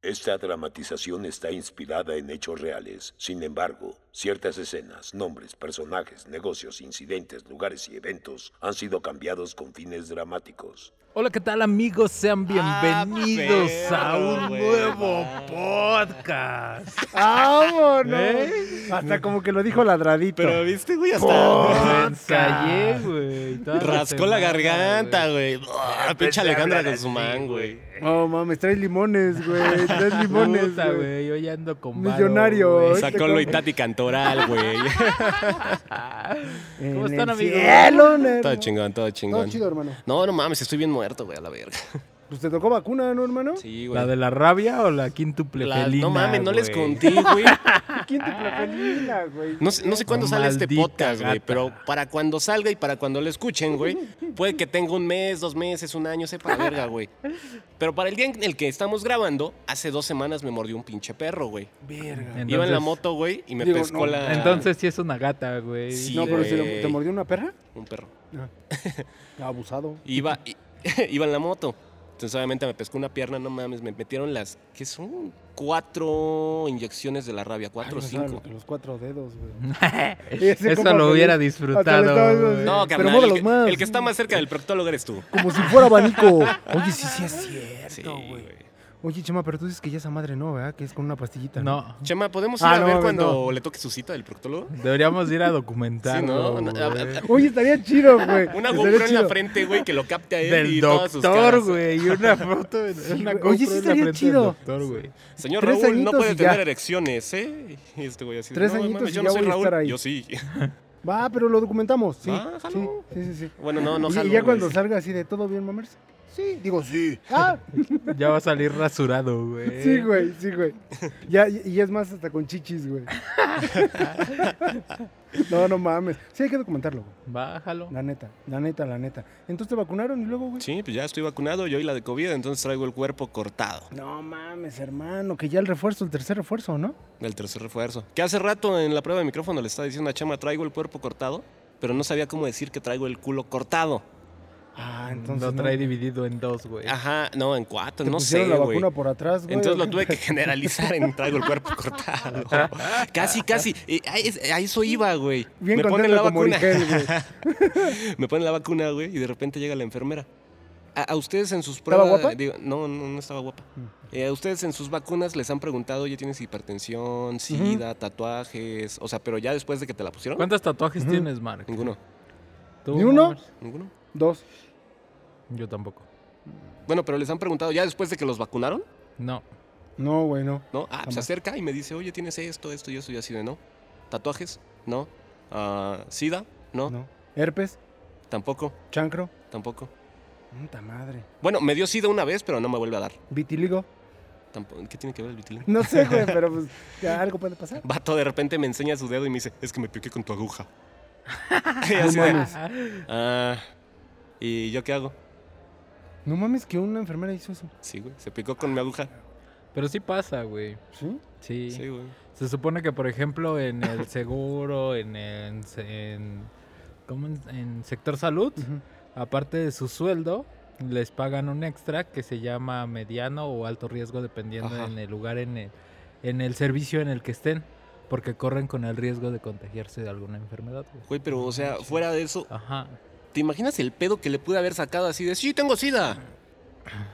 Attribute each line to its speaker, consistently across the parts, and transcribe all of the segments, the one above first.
Speaker 1: Esta dramatización está inspirada en hechos reales. Sin embargo, ciertas escenas, nombres, personajes, negocios, incidentes, lugares y eventos han sido cambiados con fines dramáticos.
Speaker 2: Hola, ¿qué tal amigos? Sean
Speaker 3: Ah,
Speaker 2: bienvenidos
Speaker 3: pero,
Speaker 2: a un
Speaker 3: güey,
Speaker 2: nuevo
Speaker 3: ah.
Speaker 2: podcast.
Speaker 4: ¡Vámonos!
Speaker 2: ¿Eh?
Speaker 4: Hasta como que lo dijo ladradito.
Speaker 3: Pero viste, güey,
Speaker 2: Me
Speaker 3: hasta
Speaker 2: ensayé, güey. toda
Speaker 3: rascó la
Speaker 2: semana,
Speaker 3: garganta, güey. Ah, Pinche Alejandra con su man, güey.
Speaker 4: No mames, traes limones, güey. Traes
Speaker 2: güey.
Speaker 4: limones,
Speaker 2: Puta,
Speaker 4: güey.
Speaker 2: güey. Yo ya ando con varo,
Speaker 4: Millonario,
Speaker 2: güey.
Speaker 4: Ahorita
Speaker 3: Sacó lo
Speaker 4: con-
Speaker 3: Itati Cantoral, güey.
Speaker 2: ¿Cómo
Speaker 4: En
Speaker 2: están,
Speaker 4: el
Speaker 2: amigos?
Speaker 4: cielo, hermano.
Speaker 3: todo chingón, todo
Speaker 4: No,
Speaker 3: chingón.
Speaker 4: chido, hermano.
Speaker 3: No, no mames, estoy bien muerto, güey, a la verga.
Speaker 4: Pues te tocó vacuna, ¿no, hermano?
Speaker 3: Sí, güey.
Speaker 2: ¿La de la rabia o la quíntuple
Speaker 3: La-
Speaker 2: felina?
Speaker 3: no mames, no les
Speaker 2: güey?
Speaker 3: conté, güey.
Speaker 4: ¿Quién te placanina, güey?
Speaker 3: No sé, no sé cuándo
Speaker 2: No,
Speaker 3: sale este
Speaker 2: maldita
Speaker 3: podcast, güey,
Speaker 2: gata.
Speaker 3: pero para cuando salga y para cuando lo escuchen, güey, puede que tenga un mes, dos meses, un año, sepa la verga, güey. Pero para el día en el que estamos grabando, hace dos semanas me mordió un pinche perro, güey.
Speaker 4: Verga.
Speaker 2: Entonces-
Speaker 3: Iba en la moto, güey, y me
Speaker 4: Digo,
Speaker 3: pescó
Speaker 4: no.
Speaker 3: la...
Speaker 2: Entonces sí es una gata, güey.
Speaker 3: Sí,
Speaker 4: No, pero
Speaker 3: güey.
Speaker 4: si lo- te mordió una perra,
Speaker 3: Un perro.
Speaker 4: abusado.
Speaker 3: Iba, i- iba en la moto. Entonces, obviamente, me pescó una pierna, no mames, me metieron las... ¿Qué son? Cuatro inyecciones de la rabia, cuatro o
Speaker 4: Ay, no sabe
Speaker 3: cinco.
Speaker 4: lo que Los cuatro dedos, güey. Ese
Speaker 2: Eso
Speaker 4: compa
Speaker 2: lo
Speaker 4: feliz.
Speaker 2: hubiera
Speaker 4: Hasta le
Speaker 2: disfrutado.
Speaker 4: estaba-
Speaker 2: güey.
Speaker 3: No,
Speaker 4: Pero
Speaker 3: carnal, el
Speaker 4: muérdalos
Speaker 3: que,
Speaker 4: más.
Speaker 3: el que está más cerca del proctólogo eres tú.
Speaker 4: Como si fuera abanico. Oye, sí, sí es
Speaker 3: Sí,
Speaker 4: cierto, güey.
Speaker 3: güey.
Speaker 4: Oye, Chema, pero tú dices que ya esa madre no, ¿verdad? Que es con una pastillita.
Speaker 2: No,
Speaker 3: Chema, ¿podemos ir
Speaker 4: Ah,
Speaker 3: a
Speaker 4: no
Speaker 3: ver
Speaker 4: mames,
Speaker 3: cuando le toque su cita del proctólogo?
Speaker 2: deberíamos ir a
Speaker 3: Sí,
Speaker 2: documentarlo.
Speaker 3: ¿no? Ah, Una,
Speaker 2: güey.
Speaker 4: Oye, estaría chido, güey.
Speaker 3: una
Speaker 4: Estaría
Speaker 3: GoPro en la
Speaker 4: chido.
Speaker 3: frente, güey, que lo capte a él y
Speaker 2: Del
Speaker 3: todas sus caras.
Speaker 2: doctor, güey. Y una foto. en- una
Speaker 4: güey.
Speaker 2: GoPro en
Speaker 4: Oye, sí
Speaker 2: la
Speaker 4: estaría
Speaker 2: frente del
Speaker 4: chido.
Speaker 2: doctor, güey.
Speaker 3: Señor
Speaker 4: Tres
Speaker 3: Raúl, no
Speaker 4: añitos
Speaker 3: puede
Speaker 4: y ya.
Speaker 3: tener erecciones, ¿eh? Y este güey así. de,
Speaker 4: Tres
Speaker 3: no,
Speaker 4: añitos
Speaker 3: mames,
Speaker 4: y
Speaker 3: yo
Speaker 4: ya
Speaker 3: no soy
Speaker 4: voy a
Speaker 3: Raúl.
Speaker 4: estar ahí.
Speaker 3: Yo sí.
Speaker 4: Va, pero lo documentamos, sí.
Speaker 3: Ah, jalo.
Speaker 4: sí, sí, sí, sí.
Speaker 3: Bueno, no, no
Speaker 4: Y-
Speaker 3: jalo,
Speaker 4: y ya
Speaker 3: güey.
Speaker 4: cuando salga así de todo bien, mamers. Sí, digo sí. Ah,
Speaker 2: Ya va a salir rasurado, güey.
Speaker 4: sí, güey, sí, güey. Ya, y y es más hasta con chichis, güey. No, no mames. Sí, hay que documentarlo, güey.
Speaker 2: Bájalo.
Speaker 4: La neta, la neta, la neta. Entonces te vacunaron y luego, güey.
Speaker 3: Sí, pues ya estoy vacunado, yo y la de COVID, entonces traigo el cuerpo cortado
Speaker 4: No mames, hermano, que ya el refuerzo, el tercer refuerzo, ¿no?
Speaker 3: del tercer refuerzo. Que hace rato en la prueba de micrófono le estaba diciendo a Chema, traigo el cuerpo cortado, pero no sabía cómo decir que traigo el culo cortado.
Speaker 4: Ah, entonces.
Speaker 2: Mm, Lo trae dividido en dos, güey.
Speaker 3: Ajá, no, en cuatro,
Speaker 4: Te
Speaker 3: no sé,
Speaker 4: pusieron la
Speaker 3: güey.
Speaker 4: vacuna por atrás, güey.
Speaker 3: Entonces
Speaker 4: ¿o
Speaker 3: lo
Speaker 4: qué?
Speaker 3: tuve que generalizar en traigo el cuerpo cortado. casi, casi. Eh, A es- a eso iba, güey.
Speaker 4: Bien
Speaker 3: Me ponen la
Speaker 4: contento como
Speaker 3: vacuna.
Speaker 4: Origel, güey.
Speaker 3: Me ponen la vacuna, güey, y de repente llega la enfermera. A, a ustedes en sus
Speaker 4: ¿Estaba
Speaker 3: pruebas.
Speaker 4: guapa? Mm.
Speaker 3: digo, no, no, no estaba guapa. Eh, a ustedes en sus vacunas les han preguntado, ya tienes hipertensión, sida, tatuajes. O sea, pero ya después de que te la pusieron.
Speaker 2: ¿Cuántos tatuajes
Speaker 4: Ujú.
Speaker 2: tienes, Mark?
Speaker 3: Ninguno,
Speaker 2: ¿Tú,
Speaker 4: ¿Ni uno?
Speaker 2: Mark?
Speaker 3: ninguno.
Speaker 4: Dos.
Speaker 2: Yo tampoco.
Speaker 3: Bueno, pero les han preguntado ya después de que los vacunaron,
Speaker 2: No.
Speaker 4: No, güey, no.
Speaker 3: ¿no? Ah, pues
Speaker 4: Jamás.
Speaker 3: se acerca y me dice, oye, tienes esto, esto y eso, y así de no. ¿Tatuajes? No. Ah, ¿Sida? No,
Speaker 4: No. Herpes,
Speaker 3: Tampoco,
Speaker 4: chancro.
Speaker 3: tampoco.
Speaker 4: Puta madre.
Speaker 3: Bueno, me dio sida una vez, pero no me vuelve a dar.
Speaker 4: Vitiligo.
Speaker 3: Tampo- ¿Qué tiene que ver el vitiligo?
Speaker 4: No sé, güey, pero pues ya algo puede pasar.
Speaker 3: Vato de repente me enseña su dedo y me dice, es que me piqué con tu aguja. y así
Speaker 4: No
Speaker 3: de,
Speaker 4: mames.
Speaker 3: "Ah, ¿y yo qué hago?
Speaker 4: No mames que una enfermera hizo eso.
Speaker 3: Sí, güey, se picó con mi aguja.
Speaker 2: Pero sí pasa, güey.
Speaker 4: ¿Sí?
Speaker 2: Sí.
Speaker 3: Sí, güey.
Speaker 2: Se supone que, por ejemplo, en el seguro, en el. En, ¿Cómo? En, en sector salud, aparte de su sueldo, les pagan un extra que se llama mediano o alto riesgo, dependiendo
Speaker 3: Ajá.
Speaker 2: en el lugar, en el, en el servicio en el que estén. Porque corren con el riesgo de contagiarse de alguna enfermedad, güey.
Speaker 3: Güey, pero, o sea, fuera de eso,
Speaker 2: Ajá.
Speaker 3: ¿te imaginas el pedo que le pude haber sacado así de, sí, tengo sida?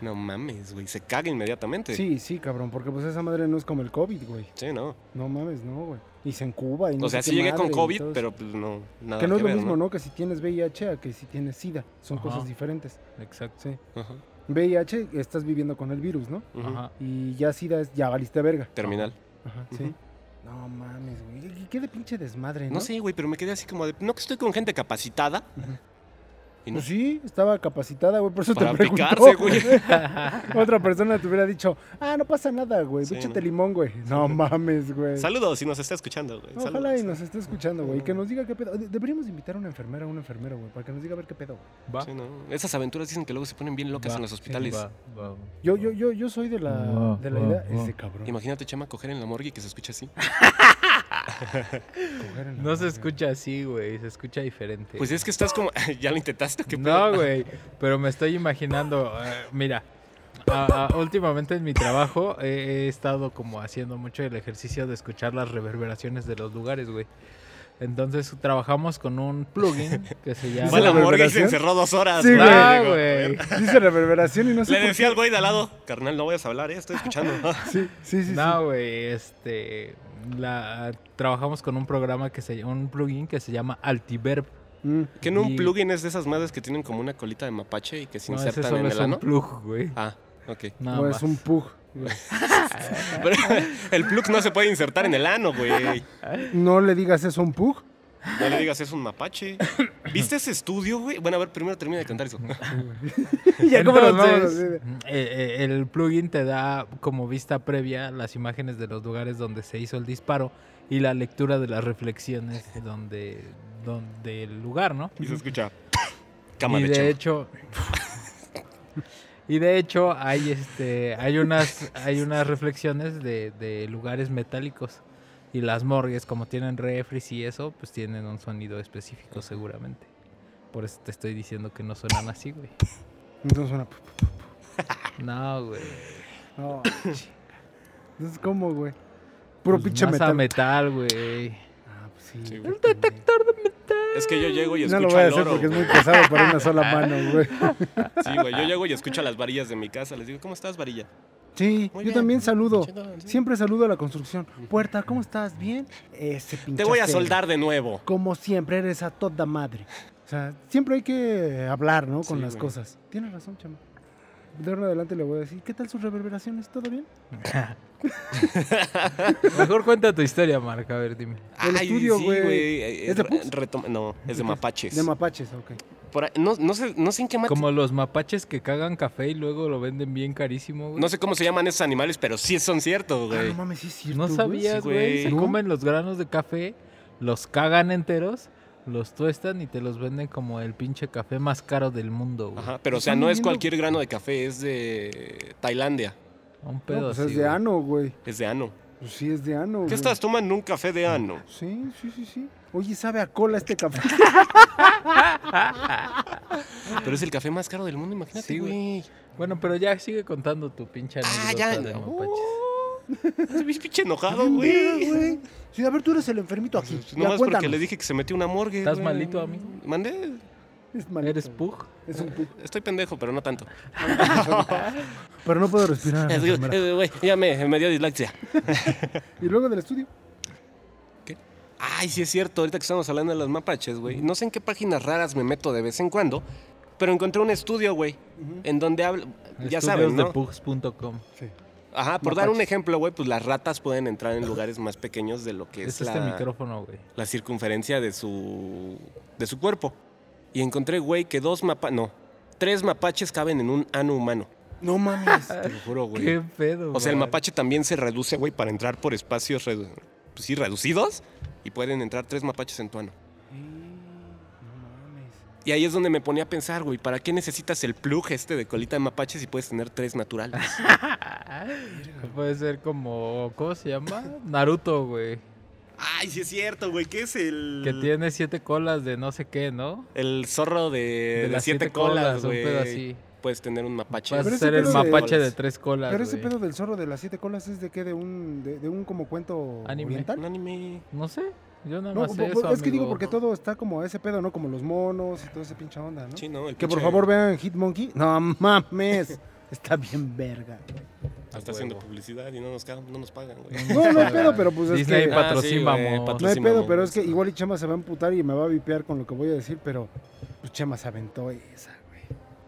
Speaker 3: No mames, güey, se caga inmediatamente.
Speaker 4: Sí, sí, cabrón, porque pues esa madre no es como el COVID, güey.
Speaker 3: Sí, no.
Speaker 4: No mames, no, güey. Y se encuba y no
Speaker 3: O sea, sí
Speaker 4: sé qué
Speaker 3: llegué con
Speaker 4: madre y
Speaker 3: COVID,
Speaker 4: todo eso.
Speaker 3: pero pues no, nada
Speaker 4: Que no es lo
Speaker 3: ver,
Speaker 4: mismo, ¿no? Que si tienes VIH a que si tienes SIDA. Son
Speaker 2: Ajá.
Speaker 4: cosas diferentes.
Speaker 2: Exacto.
Speaker 4: Sí.
Speaker 3: Ajá,
Speaker 4: VIH, estás viviendo con el virus, ¿no?
Speaker 3: ujú.
Speaker 2: Ajá.
Speaker 4: Y ya SIDA es, ya valiste verga.
Speaker 3: Terminal.
Speaker 4: Ajá, sí.
Speaker 3: Ujú.
Speaker 4: No mames, güey. ¿Qué- ¿Qué de pinche desmadre, no?
Speaker 3: No sé, güey, pero me quedé así como de, no que estoy con gente capacitada. Y no-
Speaker 4: Pues sí, estaba capacitada, güey, por eso
Speaker 3: Para
Speaker 4: te preguntó.
Speaker 3: picarse, güey.
Speaker 4: Otra persona te hubiera dicho, ah, no pasa nada, güey,
Speaker 3: Sí,
Speaker 4: échate
Speaker 3: ¿no?
Speaker 4: limón, güey. No mames, güey.
Speaker 3: Saludos si nos está escuchando, güey.
Speaker 4: Ojalá y
Speaker 3: Saludos.
Speaker 4: nos esté escuchando, güey, que nos diga qué pedo. De- Deberíamos invitar a una enfermera o un enfermero, güey, para que nos diga a ver qué pedo. güey.
Speaker 2: Va.
Speaker 3: Sí, no. Esas aventuras dicen que luego se ponen bien locas
Speaker 2: Va,
Speaker 3: en los hospitales.
Speaker 2: va, va.
Speaker 4: Yo, yo, yo, yo soy de la,
Speaker 2: Ah,
Speaker 4: de la
Speaker 2: ah,
Speaker 4: idea,
Speaker 2: ah.
Speaker 4: ese cabrón.
Speaker 3: Imagínate, Chema, coger en la morgue y que se escuche así.
Speaker 4: coger en la
Speaker 2: No se
Speaker 4: madre.
Speaker 2: escucha así, güey. Se escucha diferente.
Speaker 3: Pues es que estás como... ¿Ya lo intentaste? o ¿Qué
Speaker 2: no,
Speaker 3: pedo?
Speaker 2: güey. Pero me estoy imaginando. eh, mira, a- a- últimamente en mi trabajo he, he estado como haciendo mucho el ejercicio de escuchar las reverberaciones de los lugares, güey. Entonces trabajamos con un plugin que se llama...
Speaker 3: Fue a la
Speaker 4: ¿Esa
Speaker 3: morgue y se
Speaker 4: reverberación?
Speaker 3: encerró dos horas.
Speaker 4: Sí,
Speaker 3: güey.
Speaker 2: Ah,
Speaker 3: Digo,
Speaker 2: güey.
Speaker 4: Dice reverberación y no sé.
Speaker 3: Le
Speaker 4: por-
Speaker 3: decía al güey de al lado, carnal, no vayas a hablar, eh, estoy escuchando.
Speaker 4: Sí, sí, sí. sí.
Speaker 2: No, güey, este... la- trabajamos con un programa que se un plugin que se llama Altiverb.
Speaker 4: Mm.
Speaker 3: que en un
Speaker 2: Y-
Speaker 3: plugin es de esas madres que tienen como una colita de mapache y que se
Speaker 2: No, ese
Speaker 3: insertan
Speaker 2: solo
Speaker 3: en
Speaker 2: es
Speaker 3: el
Speaker 2: un
Speaker 3: ano?
Speaker 2: plug, güey.
Speaker 3: Ah, ok.
Speaker 2: Nada
Speaker 4: No,
Speaker 2: más.
Speaker 4: es un pug.
Speaker 3: Pero el plug no se puede insertar en el ano, güey.
Speaker 4: No le digas eso a un pug.
Speaker 3: No le digas, es un mapache. ¿Viste ese estudio, güey? Bueno, a ver, primero termina de cantar eso.
Speaker 4: ya como nos vamos.
Speaker 2: Entonces, eh, eh, el plugin te da como vista previa las imágenes de los lugares donde se hizo el disparo y la lectura de las reflexiones donde, donde el lugar, ¿no?
Speaker 3: Y se escucha. Cama
Speaker 2: y
Speaker 3: de,
Speaker 2: de
Speaker 3: chamba.
Speaker 2: hecho y de hecho hay este hay unas hay unas reflexiones de, de lugares metálicos y las morgues como tienen refris y eso pues tienen un sonido específico seguramente por eso te estoy diciendo que no suenan así güey
Speaker 4: No suena. pu- pu-
Speaker 2: no güey
Speaker 4: No. Entonces, ¿cómo, güey? Puro
Speaker 2: Pues
Speaker 4: pinche
Speaker 2: más a
Speaker 4: metal.
Speaker 2: metal güey
Speaker 4: Ah, pues sí.
Speaker 3: Sí,
Speaker 4: güey,
Speaker 3: güey.
Speaker 4: también.
Speaker 3: Es que yo llego y
Speaker 4: No
Speaker 3: escucho
Speaker 4: lo voy a
Speaker 3: al
Speaker 4: hacer
Speaker 3: loro.
Speaker 4: porque es
Speaker 3: güey.
Speaker 4: muy pesado para una sola mano, güey.
Speaker 3: Sí, güey. Yo llego y escucho a las varillas de mi casa. Les digo, ¿cómo estás, varilla?
Speaker 4: Sí,
Speaker 3: Muy
Speaker 4: yo
Speaker 3: bien.
Speaker 4: también saludo.
Speaker 3: Chido, sí.
Speaker 4: Siempre saludo a la construcción. Puerta, ¿cómo estás? ¿Bien? Ese pinche
Speaker 3: Te voy a
Speaker 4: acero.
Speaker 3: soldar de nuevo.
Speaker 4: Como siempre, eres a toda madre. O sea, siempre hay que hablar, ¿no? Con
Speaker 3: Sí,
Speaker 4: las
Speaker 3: güey.
Speaker 4: cosas. Tienes razón, chama. De ahora en adelante le voy a decir, ¿qué tal sus reverberaciones? ¿Todo bien?
Speaker 2: mejor cuenta tu historia marca a ver dime
Speaker 4: El estudio, güey.
Speaker 3: eh,
Speaker 4: ¿Es de
Speaker 3: re-
Speaker 4: Pugs?
Speaker 3: retoma- No, es de mapaches.
Speaker 4: De mapaches, ok.
Speaker 3: Por ahí- no, no sé, no sé en qué mate-
Speaker 2: como los mapaches que cagan café y luego lo venden bien carísimo güey
Speaker 3: No sé cómo se llaman esos animales, pero sí son ciertos,
Speaker 4: Ah,
Speaker 3: güey.
Speaker 4: no mames, sí es cierto,
Speaker 2: No
Speaker 4: güey.
Speaker 2: sabías,
Speaker 3: Sí,
Speaker 2: güey.
Speaker 3: güey.
Speaker 2: Se
Speaker 4: ¿No?
Speaker 2: comen los granos de café, los cagan enteros, los tuestan y te los venden como el pinche café más caro del mundo, güey.
Speaker 3: Ajá, pero o sea,
Speaker 4: Están
Speaker 3: no es
Speaker 4: viviendo-
Speaker 3: cualquier grano de café, es de Tailandia,
Speaker 2: Un
Speaker 4: No,
Speaker 2: pedo
Speaker 4: pues
Speaker 2: así.
Speaker 4: es de
Speaker 2: güey.
Speaker 4: ano, güey.
Speaker 3: es de ano.
Speaker 4: Pues sí, es de ano,
Speaker 3: ¿Qué
Speaker 4: güey.
Speaker 3: estás tomando? Un café de ano.
Speaker 4: Sí, sí, sí, sí. Oye, sabe a cola este café.
Speaker 3: Pero es el café más caro del mundo, imagínate,
Speaker 2: Sí,
Speaker 3: güey.
Speaker 2: Bueno, pero ya sigue contando tu pinche anécdota
Speaker 3: Ah, ya.
Speaker 2: de mapaches.
Speaker 3: Oh, Estoy bien pinche enojado,
Speaker 4: Mira,
Speaker 3: Ah, güey.
Speaker 4: güey. Sí, a ver, tú eres el enfermito aquí.
Speaker 3: Pues,
Speaker 4: Ya,
Speaker 3: Nomás porque
Speaker 4: cuéntanos.
Speaker 3: le dije que se metió una morgue.
Speaker 2: ¿Estás
Speaker 3: güey.
Speaker 2: malito, amigo?
Speaker 3: Mandé.
Speaker 4: Es malito,
Speaker 2: ¿Eres
Speaker 4: güey.
Speaker 2: pug?
Speaker 4: Es un pug.
Speaker 3: Estoy pendejo, pero no tanto.
Speaker 4: Pero no puedo respirar.
Speaker 3: Es-
Speaker 4: enfermera.
Speaker 3: eh, Güey, ya me, me dio dislexia.
Speaker 4: Y luego del estudio.
Speaker 3: Ay, sí es cierto, ahorita que estamos hablando de los mapaches, güey. No sé en qué páginas raras me meto de vez en cuando, pero encontré un estudio, güey, en donde habla... Ya saben, ¿no?
Speaker 2: pugs.com.
Speaker 4: Sí.
Speaker 3: Ajá, por dar un
Speaker 4: mapaches.
Speaker 3: ejemplo, güey, pues las ratas pueden entrar en lugares más pequeños de lo que es
Speaker 2: Es este
Speaker 3: la,
Speaker 2: micrófono, güey.
Speaker 3: la circunferencia de su, de su cuerpo. Y encontré, güey, que dos mapaches... No, tres mapaches caben en un ano humano.
Speaker 4: No mames.
Speaker 3: Te lo juro, güey.
Speaker 2: ¿Qué pedo,
Speaker 3: O sea, el
Speaker 2: güey?
Speaker 3: mapache también se reduce, güey, para entrar por espacios redu- pues sí, reducidos y pueden entrar tres mapaches en tu ano. Y ahí es donde me ponía a pensar, güey, ¿para qué necesitas el plug este de colita de mapache si puedes tener tres naturales?
Speaker 2: Puede ser como. ¿Cómo se llama? Naruto, güey.
Speaker 3: Ay, sí es cierto, güey, ¿qué es el...?
Speaker 2: Que tiene siete colas de no sé qué, ¿no?
Speaker 3: El zorro de, Eh, de
Speaker 2: las
Speaker 3: las siete,
Speaker 2: siete colas,
Speaker 3: colas,
Speaker 2: un pedo
Speaker 3: güey.
Speaker 2: así.
Speaker 3: Puedes tener un mapache.
Speaker 2: Vas
Speaker 4: Pero
Speaker 2: a
Speaker 4: ese
Speaker 2: ser el
Speaker 4: pedo de-
Speaker 2: mapache de tres colas.
Speaker 4: Pero ese
Speaker 2: güey.
Speaker 4: pedo del zorro de las siete colas es de qué? De un, de, de un como cuento
Speaker 2: Anime.
Speaker 3: Un
Speaker 4: oriental.
Speaker 3: anime...
Speaker 2: No sé. Yo nada
Speaker 4: No,
Speaker 2: más sé
Speaker 4: po- po-
Speaker 2: eso,
Speaker 4: es que digo
Speaker 2: amigo.
Speaker 4: porque todo está como ese pedo, ¿no? Como los monos y toda esa pincha onda, ¿no?
Speaker 3: Sí, ¿no? El
Speaker 4: que por
Speaker 3: pinche-
Speaker 4: favor vean Hitmonkey. No mames. Está bien verga.
Speaker 3: Está haciendo
Speaker 2: huevo.
Speaker 3: publicidad y no nos, ca- no nos pagan, güey.
Speaker 4: No, no hay pedo, pero pues es
Speaker 2: Disney
Speaker 4: que.
Speaker 3: Ah,
Speaker 2: patrocina,
Speaker 3: sí, güey,
Speaker 2: amor.
Speaker 4: No hay
Speaker 3: patrocina,
Speaker 4: pedo,
Speaker 3: mamón.
Speaker 4: pero es que igual y Chema se va a emputar y me va a vipear con lo que voy a decir, pero pues Chema se aventó esa, güey.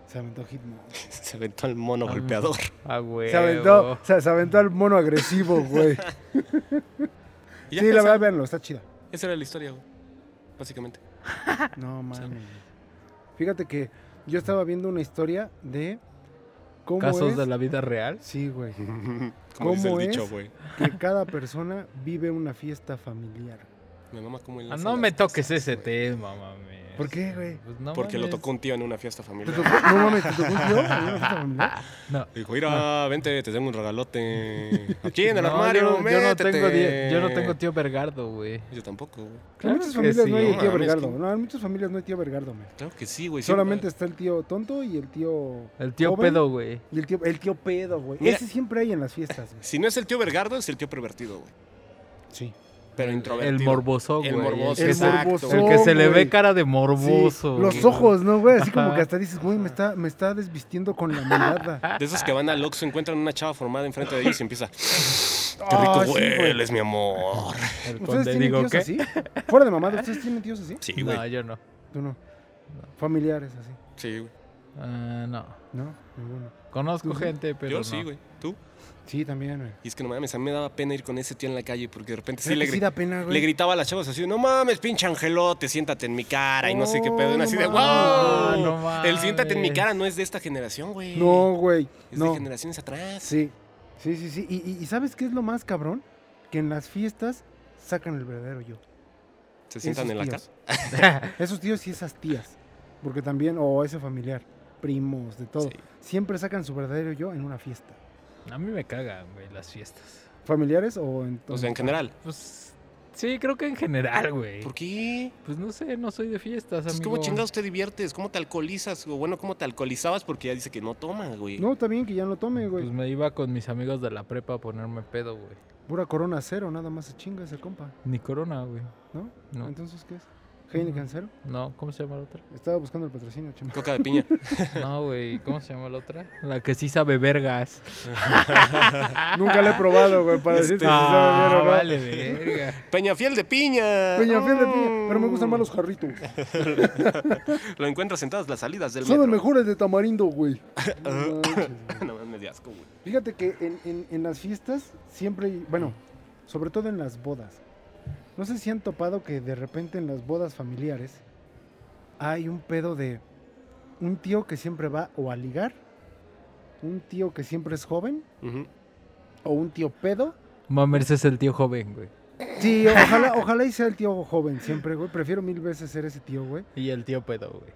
Speaker 4: Se aventó Hitmonkey.
Speaker 3: Se aventó el mono golpeador.
Speaker 2: Ah, güey.
Speaker 4: Se aventó, se, se aventó al mono agresivo, güey.
Speaker 3: Y ya,
Speaker 4: Sí, la
Speaker 3: esa-
Speaker 4: verdad, véanlo, está chida.
Speaker 3: Esa era la historia, güey. Básicamente.
Speaker 4: No mames. Fíjate que yo estaba viendo una historia de cómo
Speaker 2: Casos
Speaker 4: es
Speaker 2: de la vida real.
Speaker 4: Sí, güey.
Speaker 3: Como
Speaker 4: ¿Cómo
Speaker 3: dice el
Speaker 4: es?
Speaker 3: dicho, güey.
Speaker 4: Que cada persona vive una fiesta familiar.
Speaker 3: Me mama como él
Speaker 2: Ah,
Speaker 3: hace
Speaker 2: no
Speaker 3: las
Speaker 2: me toques
Speaker 3: cosas,
Speaker 2: ese
Speaker 3: güey.
Speaker 2: tema, mami.
Speaker 4: ¿Por qué, güey?
Speaker 2: Pues no
Speaker 3: Porque lo
Speaker 2: mames.
Speaker 3: tocó un tío en una fiesta
Speaker 4: ¿Te
Speaker 3: familiar.
Speaker 4: tocó? No mames, ¿te tocó un tío? ¿En una fiesta familiar?
Speaker 2: No.
Speaker 3: Dijo, mira, vente, te tengo un regalote. Aquí en el
Speaker 2: No,
Speaker 3: armario,
Speaker 2: yo, no- yo no
Speaker 3: métete".
Speaker 2: tengo, di- yo no tengo tío Bergardo, güey.
Speaker 3: Yo tampoco, güey.
Speaker 4: En
Speaker 2: Claro
Speaker 4: muchas
Speaker 2: que
Speaker 4: familias
Speaker 2: sí.
Speaker 4: no hay el tío
Speaker 3: No mames,
Speaker 4: Bergardo.
Speaker 3: ¿quién?
Speaker 4: No, en muchas familias no hay tío Bergardo, man.
Speaker 3: Claro que sí, güey. siempre-
Speaker 4: Solamente está el tío tonto y el tío.
Speaker 2: El tío
Speaker 4: joven
Speaker 2: pedo, güey.
Speaker 4: Y el tío, el tío pedo, güey.
Speaker 3: Mira.
Speaker 4: Ese siempre hay en las fiestas, güey.
Speaker 3: Si no es el tío Vergardo, es el tío pervertido, güey.
Speaker 4: Sí.
Speaker 3: Pero introvertido.
Speaker 2: El morboso, güey.
Speaker 3: El morboso,
Speaker 2: que
Speaker 4: El
Speaker 2: se-
Speaker 3: exacto.
Speaker 4: morboso.
Speaker 2: el que se le
Speaker 4: güey.
Speaker 2: ve cara de morboso.
Speaker 4: Los
Speaker 2: güey.
Speaker 4: ojos, ¿no, güey? Así como
Speaker 2: Ajá.
Speaker 4: que hasta dices, güey, me está, me está desvistiendo con la mirada.
Speaker 3: De esos que van al Oxxo, encuentran una chava formada enfrente de ellos y empieza. Qué
Speaker 4: Ah,
Speaker 3: rico
Speaker 4: sí, güey.
Speaker 3: hueles, mi amor.
Speaker 2: El
Speaker 4: ¿Ustedes
Speaker 2: conde,
Speaker 4: tienen
Speaker 2: digo,
Speaker 4: tíos
Speaker 2: ¿qué?
Speaker 4: así? Fuera de mamada, ¿ustedes tienen tíos así?
Speaker 3: Sí, güey.
Speaker 2: No, yo no.
Speaker 4: Tú no. Familiares así.
Speaker 3: Sí, güey.
Speaker 2: Ah, no.
Speaker 4: No, ninguno.
Speaker 2: Conozco
Speaker 4: ¿Tú sí?
Speaker 2: gente, pero
Speaker 3: Yo
Speaker 2: no.
Speaker 3: sí, güey. ¿Tú?
Speaker 4: Sí, también, güey.
Speaker 3: Y es que no mames, a mí me daba pena ir con ese tío en la calle porque de repente sí
Speaker 4: ¿Sabes
Speaker 3: le,
Speaker 4: que
Speaker 3: gri-
Speaker 4: da pena, güey.
Speaker 3: le gritaba a las chavas así, no mames, pinche angelote, siéntate en mi cara y no sé qué pedo. Y
Speaker 4: No,
Speaker 3: así
Speaker 4: no
Speaker 3: de, wow.
Speaker 2: mames. No mames.
Speaker 3: el siéntate en mi cara no es de esta generación, güey.
Speaker 4: No, güey.
Speaker 3: Es de
Speaker 4: No.
Speaker 3: generaciones atrás.
Speaker 4: Sí. Sí, sí, sí. Y, y- y ¿sabes qué es lo más cabrón? Que en las fiestas sacan el verdadero yo.
Speaker 3: Se sientan
Speaker 4: Esos
Speaker 3: en la
Speaker 4: tíos.
Speaker 3: casa.
Speaker 4: Esos tíos y esas tías. Porque también, o ese familiar, primos, de todo.
Speaker 3: Sí.
Speaker 4: Siempre sacan su verdadero yo en una fiesta.
Speaker 2: A mí me cagan, güey, las fiestas.
Speaker 4: ¿Familiares o en.?
Speaker 3: O sea, en general.
Speaker 2: Pues sí, creo que en general, güey.
Speaker 3: ¿Por qué?
Speaker 2: Pues no sé, no soy de fiestas,
Speaker 3: Entonces,
Speaker 2: amigo.
Speaker 3: ¿Cómo chingados te diviertes? ¿Cómo te alcoholizas? O bueno, ¿cómo te alcoholizabas? Porque ya dice que no toma, güey.
Speaker 4: No, también que ya no tome, güey.
Speaker 2: Pues me iba con mis amigos de la prepa a ponerme pedo, güey.
Speaker 4: Pura corona cero, nada más se chinga ese compa,
Speaker 2: Ni corona, güey.
Speaker 4: ¿no?
Speaker 2: No.
Speaker 4: Entonces, ¿qué es? Heineken cero.
Speaker 2: No, ¿cómo se llama la otra?
Speaker 4: Estaba buscando el patrocinio, chema.
Speaker 3: Coca de piña.
Speaker 2: No, güey, ¿cómo se llama la otra? La que sí sabe vergas.
Speaker 3: Ah.
Speaker 4: Nunca lo he probado, güey, para
Speaker 3: Este,
Speaker 4: decirte si sabe bien o
Speaker 2: Ah,
Speaker 4: no.
Speaker 2: vale, verga.
Speaker 3: Peñafiel de piña.
Speaker 4: Peñafiel de piña,
Speaker 3: Mm.
Speaker 4: pero me gustan más los jarritos.
Speaker 3: Oh. Lo encuentras en todas las salidas del
Speaker 4: Son los
Speaker 3: metro.
Speaker 4: mejores de tamarindo, güey. No manches, güey.
Speaker 3: No mames, me di asco, güey.
Speaker 4: Fíjate que en, en- en las fiestas siempre, hay- bueno, sobre todo en las bodas. No sé si han topado que de repente en las bodas familiares hay un pedo de un tío que siempre va o a ligar, un tío que siempre es joven,
Speaker 3: Ujú.
Speaker 4: o un tío pedo.
Speaker 2: Mamers es el tío joven, güey.
Speaker 4: Sí, ojalá, ojalá y sea el tío joven siempre, güey. Prefiero mil veces ser ese tío, güey.
Speaker 2: Y el tío pedo, güey.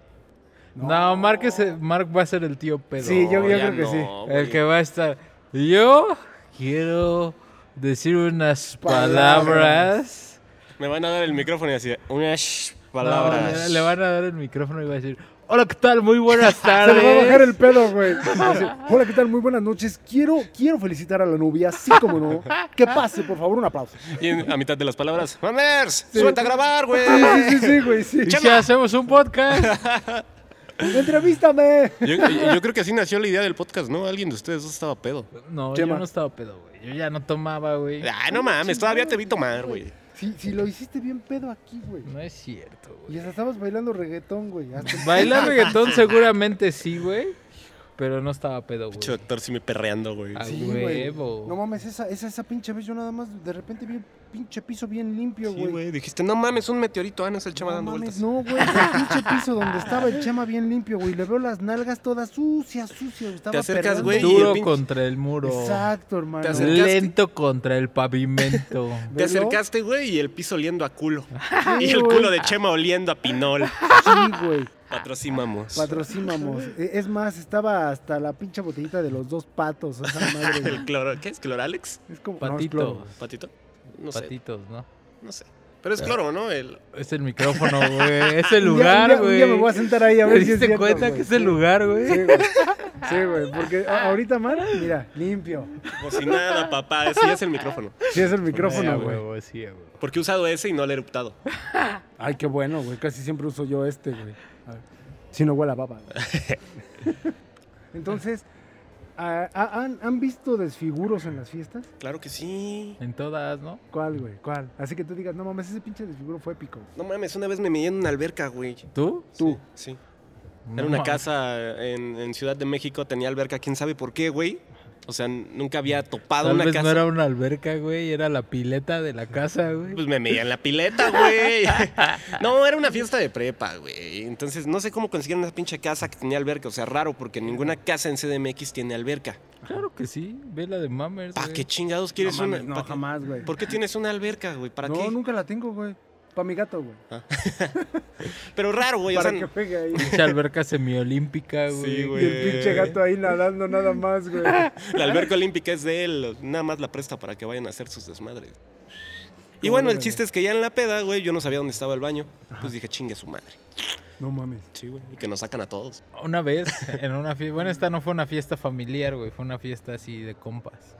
Speaker 2: No, Mark, es el- Mark va a ser el tío pedo.
Speaker 4: Sí, yo- yo
Speaker 3: ya
Speaker 4: creo que sí.
Speaker 3: güey.
Speaker 2: El que va a estar. Yo quiero decir unas palabras.
Speaker 3: Me van a dar el micrófono y así, unas
Speaker 2: No, le,
Speaker 3: palabras.
Speaker 2: le van a dar el micrófono y va a decir: Hola, ¿qué tal? Muy buenas
Speaker 4: Se
Speaker 2: tardes.
Speaker 4: le va a bajar el pedo, güey. Así, Hola, ¿qué tal? Muy buenas noches. Quiero, quiero felicitar a la novia, así como no. Que pase, por favor, un aplauso.
Speaker 3: Y en- a mitad de las palabras, ¡Mamers! ¡Suelta a grabar, güey!
Speaker 4: Sí, sí, sí, güey, sí.
Speaker 2: ¿Y si hacemos un podcast?
Speaker 4: ¡Entrevístame!
Speaker 3: Yo, yo- yo creo que así nació la idea del podcast, ¿no? Alguien de ustedes dos estaba pedo.
Speaker 2: No,
Speaker 4: Chema.
Speaker 2: yo no estaba pedo, güey. Yo ya no tomaba, güey.
Speaker 3: Ah, no mames, todavía te vi tomar, güey.
Speaker 4: Si, si lo hiciste bien pedo aquí, güey.
Speaker 2: No es cierto,
Speaker 4: Y
Speaker 2: güey.
Speaker 4: hasta estabas bailando reggaetón, güey. Hasta-
Speaker 2: Bailar reggaetón seguramente sí, güey. Pero no estaba pedo,
Speaker 3: Pinche
Speaker 2: güey.
Speaker 3: doctor sí me perreando, güey.
Speaker 2: Ah,
Speaker 4: Sí, güey.
Speaker 2: huevo.
Speaker 4: No mames, esa, esa, esa pinche vez yo nada más de repente vi un pinche piso bien limpio,
Speaker 3: Sí,
Speaker 4: güey.
Speaker 3: güey. Dijiste, no mames, un meteorito. Ah, no es el chama
Speaker 4: No
Speaker 3: dando
Speaker 4: mames,
Speaker 3: vueltas.
Speaker 4: no, güey, el pinche piso donde estaba el chama bien limpio, güey. Le veo las nalgas todas sucias, sucias. Estaba
Speaker 3: Te acercas,
Speaker 4: perreando.
Speaker 3: güey, y-
Speaker 2: Duro
Speaker 3: pinche-
Speaker 2: contra el muro.
Speaker 4: Exacto, hermano.
Speaker 3: Te acercas- acercaste.
Speaker 2: Lento contra el pavimento.
Speaker 3: Te
Speaker 4: Velo.
Speaker 3: acercaste, güey, y el piso oliendo a culo.
Speaker 4: Sí,
Speaker 3: Y el
Speaker 4: güey.
Speaker 3: culo de Chema oliendo a pinol.
Speaker 4: Sí, güey.
Speaker 3: Patrocinamos.
Speaker 4: Patrocinamos. E- Es más, estaba hasta la pinche botellita de los dos patos. Esa madre, güey.
Speaker 3: El cloro, ¿qué es? ¿Cloralex?
Speaker 4: Es como no, es
Speaker 2: Patitos.
Speaker 4: cloro.
Speaker 3: ¿Patito? No sé,
Speaker 2: Patitos, ¿no?
Speaker 3: no sé. Pero es cloro, ¿no? El,
Speaker 2: Es el micrófono, güey. Es el
Speaker 4: Un día-
Speaker 2: lugar,
Speaker 4: un día-
Speaker 2: güey.
Speaker 4: un día me voy a sentar ahí a
Speaker 2: ¿Te
Speaker 4: ver si es
Speaker 2: diste
Speaker 4: cierto,
Speaker 2: cuenta
Speaker 4: güey.
Speaker 2: que es el lugar,
Speaker 4: Sí,
Speaker 2: güey?
Speaker 4: güey. Sí, güey, porque a- ahorita Mar, mira, limpio.
Speaker 3: como si nada, papá. Sí, es el micrófono.
Speaker 4: Sí es el
Speaker 2: Sí,
Speaker 4: micrófono, güey.
Speaker 2: huevo, sí, a huevo.
Speaker 3: Porque he usado ese y no le he eruptado.
Speaker 4: Ay, qué bueno, güey. Casi siempre uso yo este, güey. A ver, Si no huele a baba. güey. Entonces, ¿a- a- han, han visto desfiguros en las fiestas?
Speaker 3: Claro que sí.
Speaker 2: En todas, ¿no?
Speaker 4: ¿Cuál, güey? ¿Cuál? Así que tú digas, no mames, ese pinche desfiguro fue épico.
Speaker 3: No mames, una vez me metí en una alberca, güey.
Speaker 2: ¿Tú?
Speaker 4: Tú.
Speaker 3: Sí.
Speaker 2: No
Speaker 3: Era una
Speaker 2: mames.
Speaker 3: casa en, en Ciudad de México, tenía alberca, quién sabe por qué, güey. O sea, n- nunca había topado
Speaker 2: Tal
Speaker 3: una
Speaker 2: vez
Speaker 3: casa.
Speaker 2: no era una alberca, güey. Era la pileta de la casa, güey.
Speaker 3: Pues me metía en la pileta, güey. No, era una fiesta de prepa, güey. Entonces, no sé cómo consiguieron una pinche casa que tenía alberca. O sea, raro, porque ninguna casa en CDMX tiene alberca.
Speaker 2: Claro que sí. Ve la de Mammers,
Speaker 3: ¿Para
Speaker 2: güey.
Speaker 3: Ah, qué chingados quieres
Speaker 4: no, mames,
Speaker 3: una?
Speaker 4: no
Speaker 3: pa' qué-
Speaker 4: jamás, güey.
Speaker 3: ¿Por qué tienes una alberca, güey? ¿Para
Speaker 4: No,
Speaker 3: qué?
Speaker 4: nunca la tengo, güey. Para mi gato, güey.
Speaker 3: Pero raro, güey. O
Speaker 4: Para
Speaker 3: sea,
Speaker 4: que pegue ahí.
Speaker 2: Pinche alberca semiolímpica, güey.
Speaker 3: Sí, güey.
Speaker 4: Y el pinche gato ahí nadando nada más, güey.
Speaker 3: la alberca olímpica es de él. Nada más la presta para que vayan a hacer sus desmadres. Y bueno, el chiste es que ya en la peda, güey, yo no sabía dónde estaba el baño. Pues dije, chingue su madre.
Speaker 4: No mames.
Speaker 3: Sí, güey. Y que nos sacan a todos.
Speaker 2: Una vez, en una fiesta. Bueno, esta no fue una fiesta familiar, güey. Fue una fiesta así de compas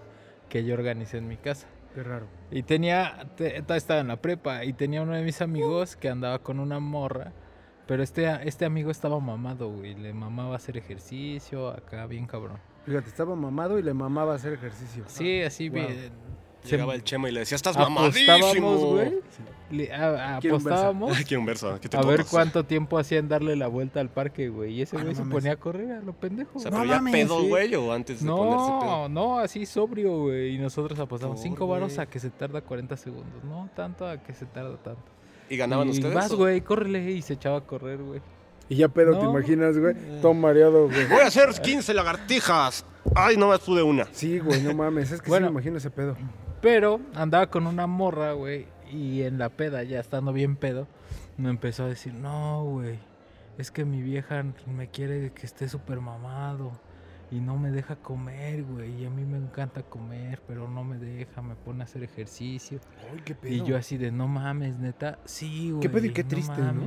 Speaker 2: que yo organicé en mi casa.
Speaker 4: Qué raro.
Speaker 2: Y tenía, te- ta- estaba en la prepa y tenía uno de mis amigos que andaba con una morra, pero este, este amigo estaba mamado, güey, le mamaba hacer ejercicio, acá bien cabrón.
Speaker 4: Fíjate, estaba mamado y le mamaba hacer ejercicio.
Speaker 2: Sí, así
Speaker 4: Wow.
Speaker 2: bien. se-
Speaker 3: Llegaba el Chema y le decía, estás mamadísimo.
Speaker 2: apostábamos, güey. le- a- a-
Speaker 4: Quiero un verso.
Speaker 2: apostábamos
Speaker 3: Ay, quiero un verso. ¿Qué te
Speaker 2: a ver
Speaker 3: tomas?
Speaker 2: cuánto tiempo hacían darle la vuelta al parque, güey. Y ese
Speaker 4: Ah,
Speaker 2: güey
Speaker 4: no
Speaker 2: se
Speaker 4: mames.
Speaker 2: ponía a correr a lo pendejo.
Speaker 3: O sea,
Speaker 2: güey.
Speaker 3: pero ya
Speaker 4: mames,
Speaker 3: pedo,
Speaker 4: sí.
Speaker 3: güey, o antes de ponerse pedo.
Speaker 2: No, no, así sobrio, güey. Y nosotros apostamos
Speaker 3: Por,
Speaker 2: 5 varos
Speaker 3: güey.
Speaker 2: a que se tarda 40 segundos. No tanto a que se tarda tanto.
Speaker 3: ¿Y ganaban
Speaker 2: y
Speaker 3: ustedes?
Speaker 2: Vas,
Speaker 3: o-
Speaker 2: güey, córrele. Y se echaba a correr, güey.
Speaker 4: Y ya pedo, ¿te
Speaker 2: No. Eh.
Speaker 4: imaginas, güey? Todo mareado, güey.
Speaker 3: Voy a hacer 15 lagartijas. Ay, no más pude una.
Speaker 4: Sí, güey, no mames. Es que
Speaker 2: Bueno.
Speaker 4: sí me imagino ese pedo.
Speaker 2: Pero andaba con una morra, güey. Y en la peda, ya estando bien pedo, me empezó a decir, no, güey. Es que mi vieja me quiere que esté súper mamado. Y no me deja comer, güey. Y a mí me encanta comer, pero no me deja. Me pone a hacer ejercicio.
Speaker 4: Ay, qué pedo.
Speaker 2: Y yo así de, no mames, neta. Sí, güey.
Speaker 4: Qué pedo y qué triste, ¿no?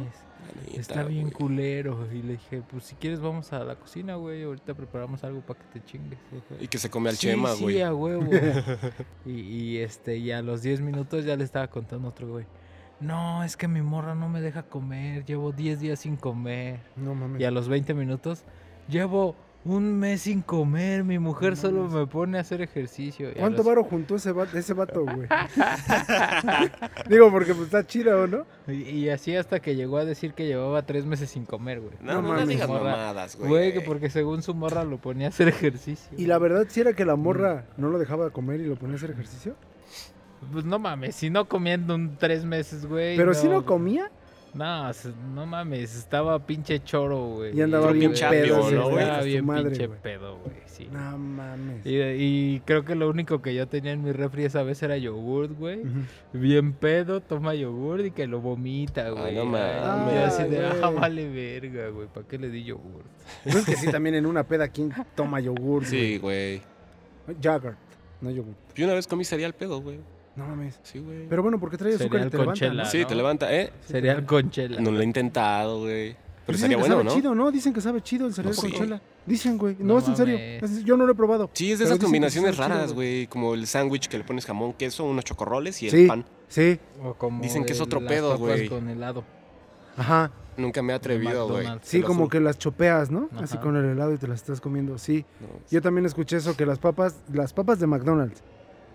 Speaker 2: Está bien culero. Y le dije, pues si quieres vamos a la cocina, güey. Ahorita preparamos algo para que te chingues.
Speaker 3: Y que se come al
Speaker 2: Sí,
Speaker 3: Chema,
Speaker 2: sí,
Speaker 3: güey.
Speaker 2: a huevo. y, y, este, y a los 10 minutos ya le estaba contando otro güey. No, es que mi morra no me deja comer. Llevo 10 días sin comer.
Speaker 4: No mames.
Speaker 2: Y a los 20 minutos, llevo un mes sin comer. Mi mujer
Speaker 4: No
Speaker 2: solo
Speaker 4: mames.
Speaker 2: me pone a hacer ejercicio. Y a
Speaker 4: ¿Cuánto
Speaker 2: los-
Speaker 4: varo juntó ese vato, ese vato, güey? Digo, porque pues está chido, ¿no?
Speaker 2: Y, y así hasta que llegó a decir que llevaba 3 meses sin comer, güey.
Speaker 3: No, no, no
Speaker 4: mames,
Speaker 3: digas
Speaker 2: morra.
Speaker 3: mamadas, güey.
Speaker 2: Güey, que porque según su morra lo ponía a hacer ejercicio.
Speaker 4: Y la verdad sí era que la morra
Speaker 2: Mm.
Speaker 4: no lo dejaba comer y lo ponía a hacer ejercicio.
Speaker 2: Pues no mames, si no comiendo un tres meses, güey.
Speaker 4: Pero
Speaker 2: si
Speaker 4: sí lo comía.
Speaker 2: No, s- no mames, estaba pinche choro, güey.
Speaker 4: Y andaba
Speaker 3: bien
Speaker 2: güey,
Speaker 3: pedo, ¿no, güey?
Speaker 2: Estaba
Speaker 4: Hasta su
Speaker 2: bien
Speaker 4: madre,
Speaker 2: pinche
Speaker 4: güey.
Speaker 2: pedo, güey, sí.
Speaker 4: No mames.
Speaker 2: Y, y creo que lo único que yo tenía en mi refri esa vez era yogurt, güey.
Speaker 4: Ujú.
Speaker 2: Bien pedo, toma yogurt y que lo vomita, güey.
Speaker 3: Ah, no
Speaker 2: Ay,
Speaker 3: mames.
Speaker 2: yo así de,
Speaker 4: Ay,
Speaker 2: ah,
Speaker 4: güey.
Speaker 2: vale verga, güey, ¿para qué le di yogurt?
Speaker 4: Pues es que sí, también en una peda, ¿quién toma yogur?
Speaker 3: Sí, güey.
Speaker 4: güey? Jagger, no yogur.
Speaker 3: Yo una vez comí cereal pedo, güey.
Speaker 4: No mames.
Speaker 3: Sí, güey.
Speaker 4: Pero bueno, porque trae azúcar
Speaker 2: Cereal
Speaker 4: y te
Speaker 2: con
Speaker 4: levanta,
Speaker 2: chela.
Speaker 4: ¿no?
Speaker 3: sí,
Speaker 2: ¿no?
Speaker 3: te levanta, ¿eh?
Speaker 2: Cereal con chela.
Speaker 3: No lo he intentado, güey. Pero
Speaker 4: Dicen
Speaker 3: sería
Speaker 4: que
Speaker 3: bueno,
Speaker 4: sabe
Speaker 3: ¿no?
Speaker 4: chido, ¿no? Dicen que sabe chido el cereal
Speaker 3: No,
Speaker 4: con
Speaker 3: sí.
Speaker 4: chela. Dicen, güey. No,
Speaker 2: No
Speaker 4: es en serio.
Speaker 2: mames.
Speaker 4: Es- yo no lo he probado.
Speaker 3: Sí, es de esas
Speaker 4: Pero dicen que
Speaker 3: combinaciones
Speaker 4: sabe chido,
Speaker 3: raras,
Speaker 4: güey.
Speaker 3: güey. Como el sándwich que le pones jamón, queso, unos chocorroles y
Speaker 4: Sí.
Speaker 3: el pan.
Speaker 4: Sí,
Speaker 2: O como
Speaker 3: Dicen que es
Speaker 2: de
Speaker 3: otro
Speaker 2: las
Speaker 3: pedo,
Speaker 2: papas
Speaker 3: güey.
Speaker 2: con helado.
Speaker 4: ajá.
Speaker 3: Nunca me he atrevido, güey.
Speaker 2: McDonald's.
Speaker 4: Sí,
Speaker 3: Te lo
Speaker 4: como
Speaker 3: juro.
Speaker 4: que las chopeas, ¿no? Así
Speaker 2: Ajá.
Speaker 4: con el helado y te las estás comiendo. Sí.
Speaker 3: No,
Speaker 4: Yo también escuché eso, que las papas, las papas de McDonald's,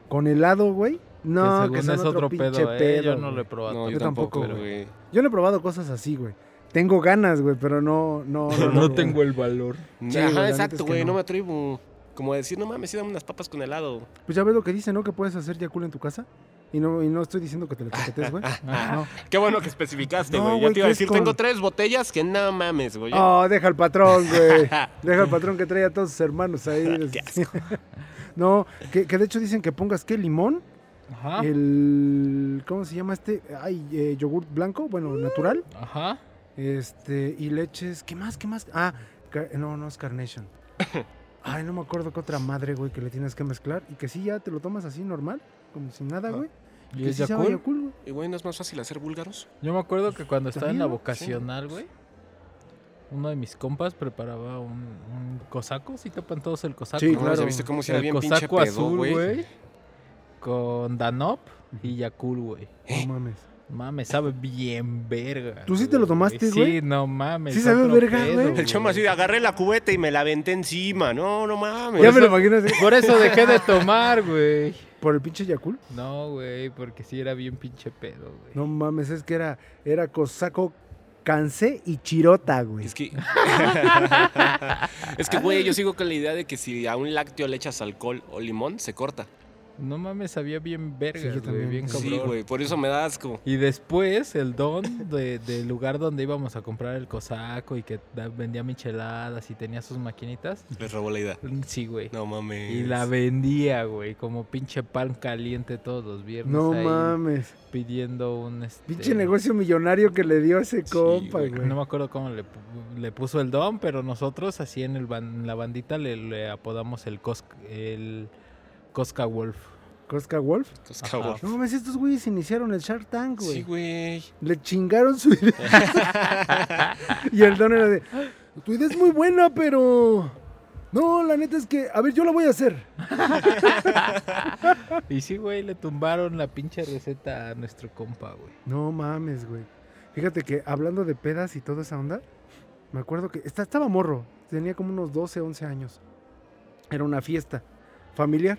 Speaker 4: con helado, güey. No,
Speaker 2: según
Speaker 4: que, son
Speaker 2: es otro
Speaker 4: pinche
Speaker 2: pedo,
Speaker 4: pedo.
Speaker 2: eh, yo no
Speaker 4: güey.
Speaker 2: lo he probado.
Speaker 3: No,
Speaker 2: todavía.
Speaker 3: yo tampoco,
Speaker 4: tampoco,
Speaker 3: güey.
Speaker 4: Yo no he probado cosas así, güey. Tengo ganas, güey, pero no, no, no. no, güey.
Speaker 2: el valor.
Speaker 4: Sí, güey, la
Speaker 3: Ajá,
Speaker 4: neta es
Speaker 3: exacto,
Speaker 4: que
Speaker 3: güey.
Speaker 4: no.
Speaker 3: No me atrevo. Como a decir, no mames, sí, dame unas papas con helado.
Speaker 4: Pues ya ves lo que dice, ¿no? Que puedes hacer Yakul en tu casa. Y no, y no estoy diciendo que te lo chaquetes, güey. No.
Speaker 3: Qué bueno que especificaste,
Speaker 4: No,
Speaker 3: güey. ya
Speaker 4: güey,
Speaker 3: te iba a
Speaker 4: ¿qué es
Speaker 3: decir,
Speaker 4: con-
Speaker 3: tengo tres botellas que no mames, güey.
Speaker 4: Oh, deja al patrón, güey. Deja al patrón que trae a todos sus hermanos ahí.
Speaker 3: Qué asco.
Speaker 4: no, que, que de hecho dicen que pongas, ¿qué? Limón,
Speaker 2: Ajá.
Speaker 4: Eh, el... ¿Cómo se llama este? Ay, eh, yogurt blanco, bueno, natural.
Speaker 2: Ajá.
Speaker 4: Este, y leches. ¿Qué más? ¿Qué más? Ah, car- no, no es Carnation. Ay, no me acuerdo qué otra madre, güey, que le tienes que mezclar. Y que sí, ya te lo tomas así normal, como si nada,
Speaker 3: Ah,
Speaker 4: güey.
Speaker 2: ¿Y
Speaker 4: Que
Speaker 2: es
Speaker 4: sí sabe
Speaker 2: Yakult?
Speaker 4: Yakult, güey.
Speaker 3: Y, güey, ¿no es más fácil hacer búlgaros?
Speaker 2: Yo me acuerdo que cuando estaba en la
Speaker 4: También, ¿no?
Speaker 2: vocacional, güey, uno de mis compas preparaba un, un cosaco. ¿Sí topan todos el cosaco?
Speaker 4: Sí,
Speaker 3: No,
Speaker 4: claro.
Speaker 3: ¿ya viste cómo si era
Speaker 2: el
Speaker 3: bien pinche
Speaker 2: cosaco
Speaker 3: pedo,
Speaker 2: azul,
Speaker 3: güey?
Speaker 2: güey. Con Danop y Yakul, güey.
Speaker 3: ¿Eh?
Speaker 4: No mames.
Speaker 2: Mames, sabe bien verga.
Speaker 4: ¿Tú sí te lo tomaste,
Speaker 2: Sí,
Speaker 4: güey?
Speaker 2: no mames.
Speaker 4: ¿Sí sabe
Speaker 2: otro
Speaker 4: verga,
Speaker 2: pedo,
Speaker 4: güey?
Speaker 3: El chama así, de, agarré la cubeta y me la aventé encima. No, no mames.
Speaker 4: Ya me lo imagino así,
Speaker 2: Por eso dejé de tomar, güey.
Speaker 4: por el pinche Yakul.
Speaker 2: No, güey, porque sí era bien pinche pedo, güey.
Speaker 4: No mames, es que era, era cosaco, cansé y chirota, güey.
Speaker 3: Es que. es que, güey, yo sigo con la idea de que si a un lácteo le echas alcohol o limón, se corta.
Speaker 2: No mames, sabía bien verga,
Speaker 4: Sí, yo
Speaker 2: güey,
Speaker 4: también.
Speaker 2: bien cabrón.
Speaker 3: Sí, güey, por eso me da asco.
Speaker 2: Y después el don de- del lugar donde íbamos a comprar el cosaco y que da- vendía micheladas y tenía sus maquinitas.
Speaker 3: Les robó la idea.
Speaker 2: Sí, güey.
Speaker 3: No mames.
Speaker 2: Y la vendía, güey, como pinche pan caliente todos los viernes.
Speaker 4: No
Speaker 2: pues ahí
Speaker 4: mames.
Speaker 2: Pidiendo un... Este...
Speaker 4: Pinche negocio millonario que le dio ese compa,
Speaker 3: güey.
Speaker 4: güey.
Speaker 2: No me acuerdo cómo le, pu- le puso el don, pero nosotros así en, el ban- en la bandita le, le apodamos el, cos- el Cosca Wolf.
Speaker 4: Cosca Wolf.
Speaker 3: Pues,
Speaker 2: Ajá.
Speaker 3: cabrón.
Speaker 4: No mames, estos güeyes iniciaron el Shark Tank, güey.
Speaker 3: Sí, güey.
Speaker 4: Le chingaron su idea. y el don era de, tu idea es muy buena, pero... No, la neta es que, a ver, yo la voy a hacer.
Speaker 2: Y sí, güey, le tumbaron la pinche receta a nuestro compa, güey.
Speaker 4: No mames, güey. Fíjate que hablando de pedas y toda esa onda, me acuerdo que esta- estaba morro, tenía como unos 12, 11 años. Era una fiesta familiar.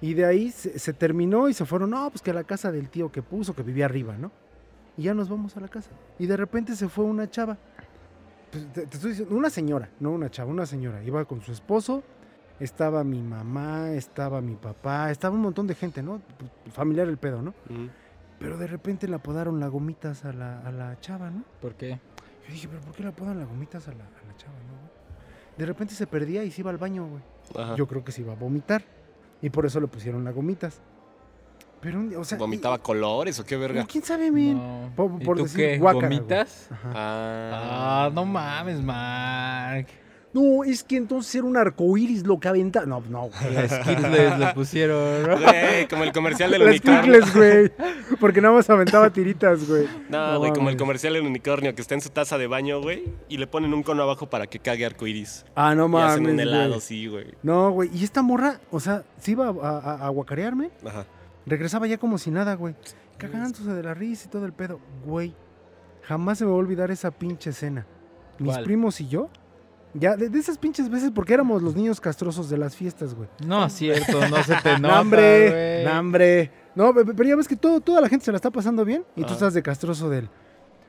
Speaker 4: Y de ahí se, se terminó y se fueron, no, pues que a la casa del tío que puso, que vivía arriba, ¿no? Y ya nos vamos a la casa. Y de repente se fue una chava. Pues, te, te estoy diciendo, una señora, no una chava, una señora. Iba con su esposo, estaba mi mamá, estaba mi papá, estaba un montón de gente, ¿no? Familiar el pedo, ¿no?
Speaker 3: Mm.
Speaker 4: Pero de repente le apodaron la gomitas a la, a la chava, ¿no?
Speaker 2: ¿Por qué?
Speaker 4: Yo dije, ¿pero por qué le apodan la gomitas a la, a la chava, no? güey? De repente se perdía y se iba al baño, güey.
Speaker 3: Ajá.
Speaker 4: Yo creo que se iba a vomitar. Y por eso le pusieron las gomitas. Pero un día, o sea.
Speaker 3: ¿Vomitaba colores o qué
Speaker 4: y-
Speaker 3: verga?
Speaker 4: ¿Quién sabe, men?
Speaker 2: No.
Speaker 4: Por-
Speaker 2: ¿Y
Speaker 4: por
Speaker 2: tú
Speaker 4: decir
Speaker 2: qué?
Speaker 4: guácala, güey.
Speaker 2: ¿Vomitas?
Speaker 4: Ajá.
Speaker 3: Ah.
Speaker 2: Ah, no mames, Mark.
Speaker 4: No, es que entonces era un arcoíris lo que aventaba. No, no, güey.
Speaker 2: Las Skittles le pusieron, ¿no?
Speaker 3: Güey, como el comercial del
Speaker 4: Las
Speaker 3: unicornio.
Speaker 4: chicles, güey. Porque nada más aventaba tiritas, güey.
Speaker 3: No, güey, como el
Speaker 4: mames.
Speaker 3: comercial del unicornio que está en su taza de baño, güey, y le ponen un cono abajo para que cague arcoiris.
Speaker 4: Ah, no
Speaker 3: Y
Speaker 4: mames.
Speaker 3: hacen un helado,
Speaker 4: güey.
Speaker 3: sí, güey.
Speaker 4: No, güey. Y esta morra, o sea, se iba a, a, a guacarearme.
Speaker 3: Ajá.
Speaker 4: Regresaba ya como si nada, güey. Cagándose de la risa y todo el pedo. Güey, jamás se me va a olvidar esa pinche escena. Mis
Speaker 2: ¿Cuál?
Speaker 4: primos y yo. Ya, de, de esas pinches veces, porque éramos los niños castrosos de las fiestas, güey.
Speaker 2: No, cierto, no se te nota,
Speaker 4: ¡Nambre!
Speaker 2: güey.
Speaker 4: ¡Nambre! No, pe- pe- pero ya ves que todo, toda la gente se la está pasando bien y tú
Speaker 3: Ah.
Speaker 4: estás de castroso de él.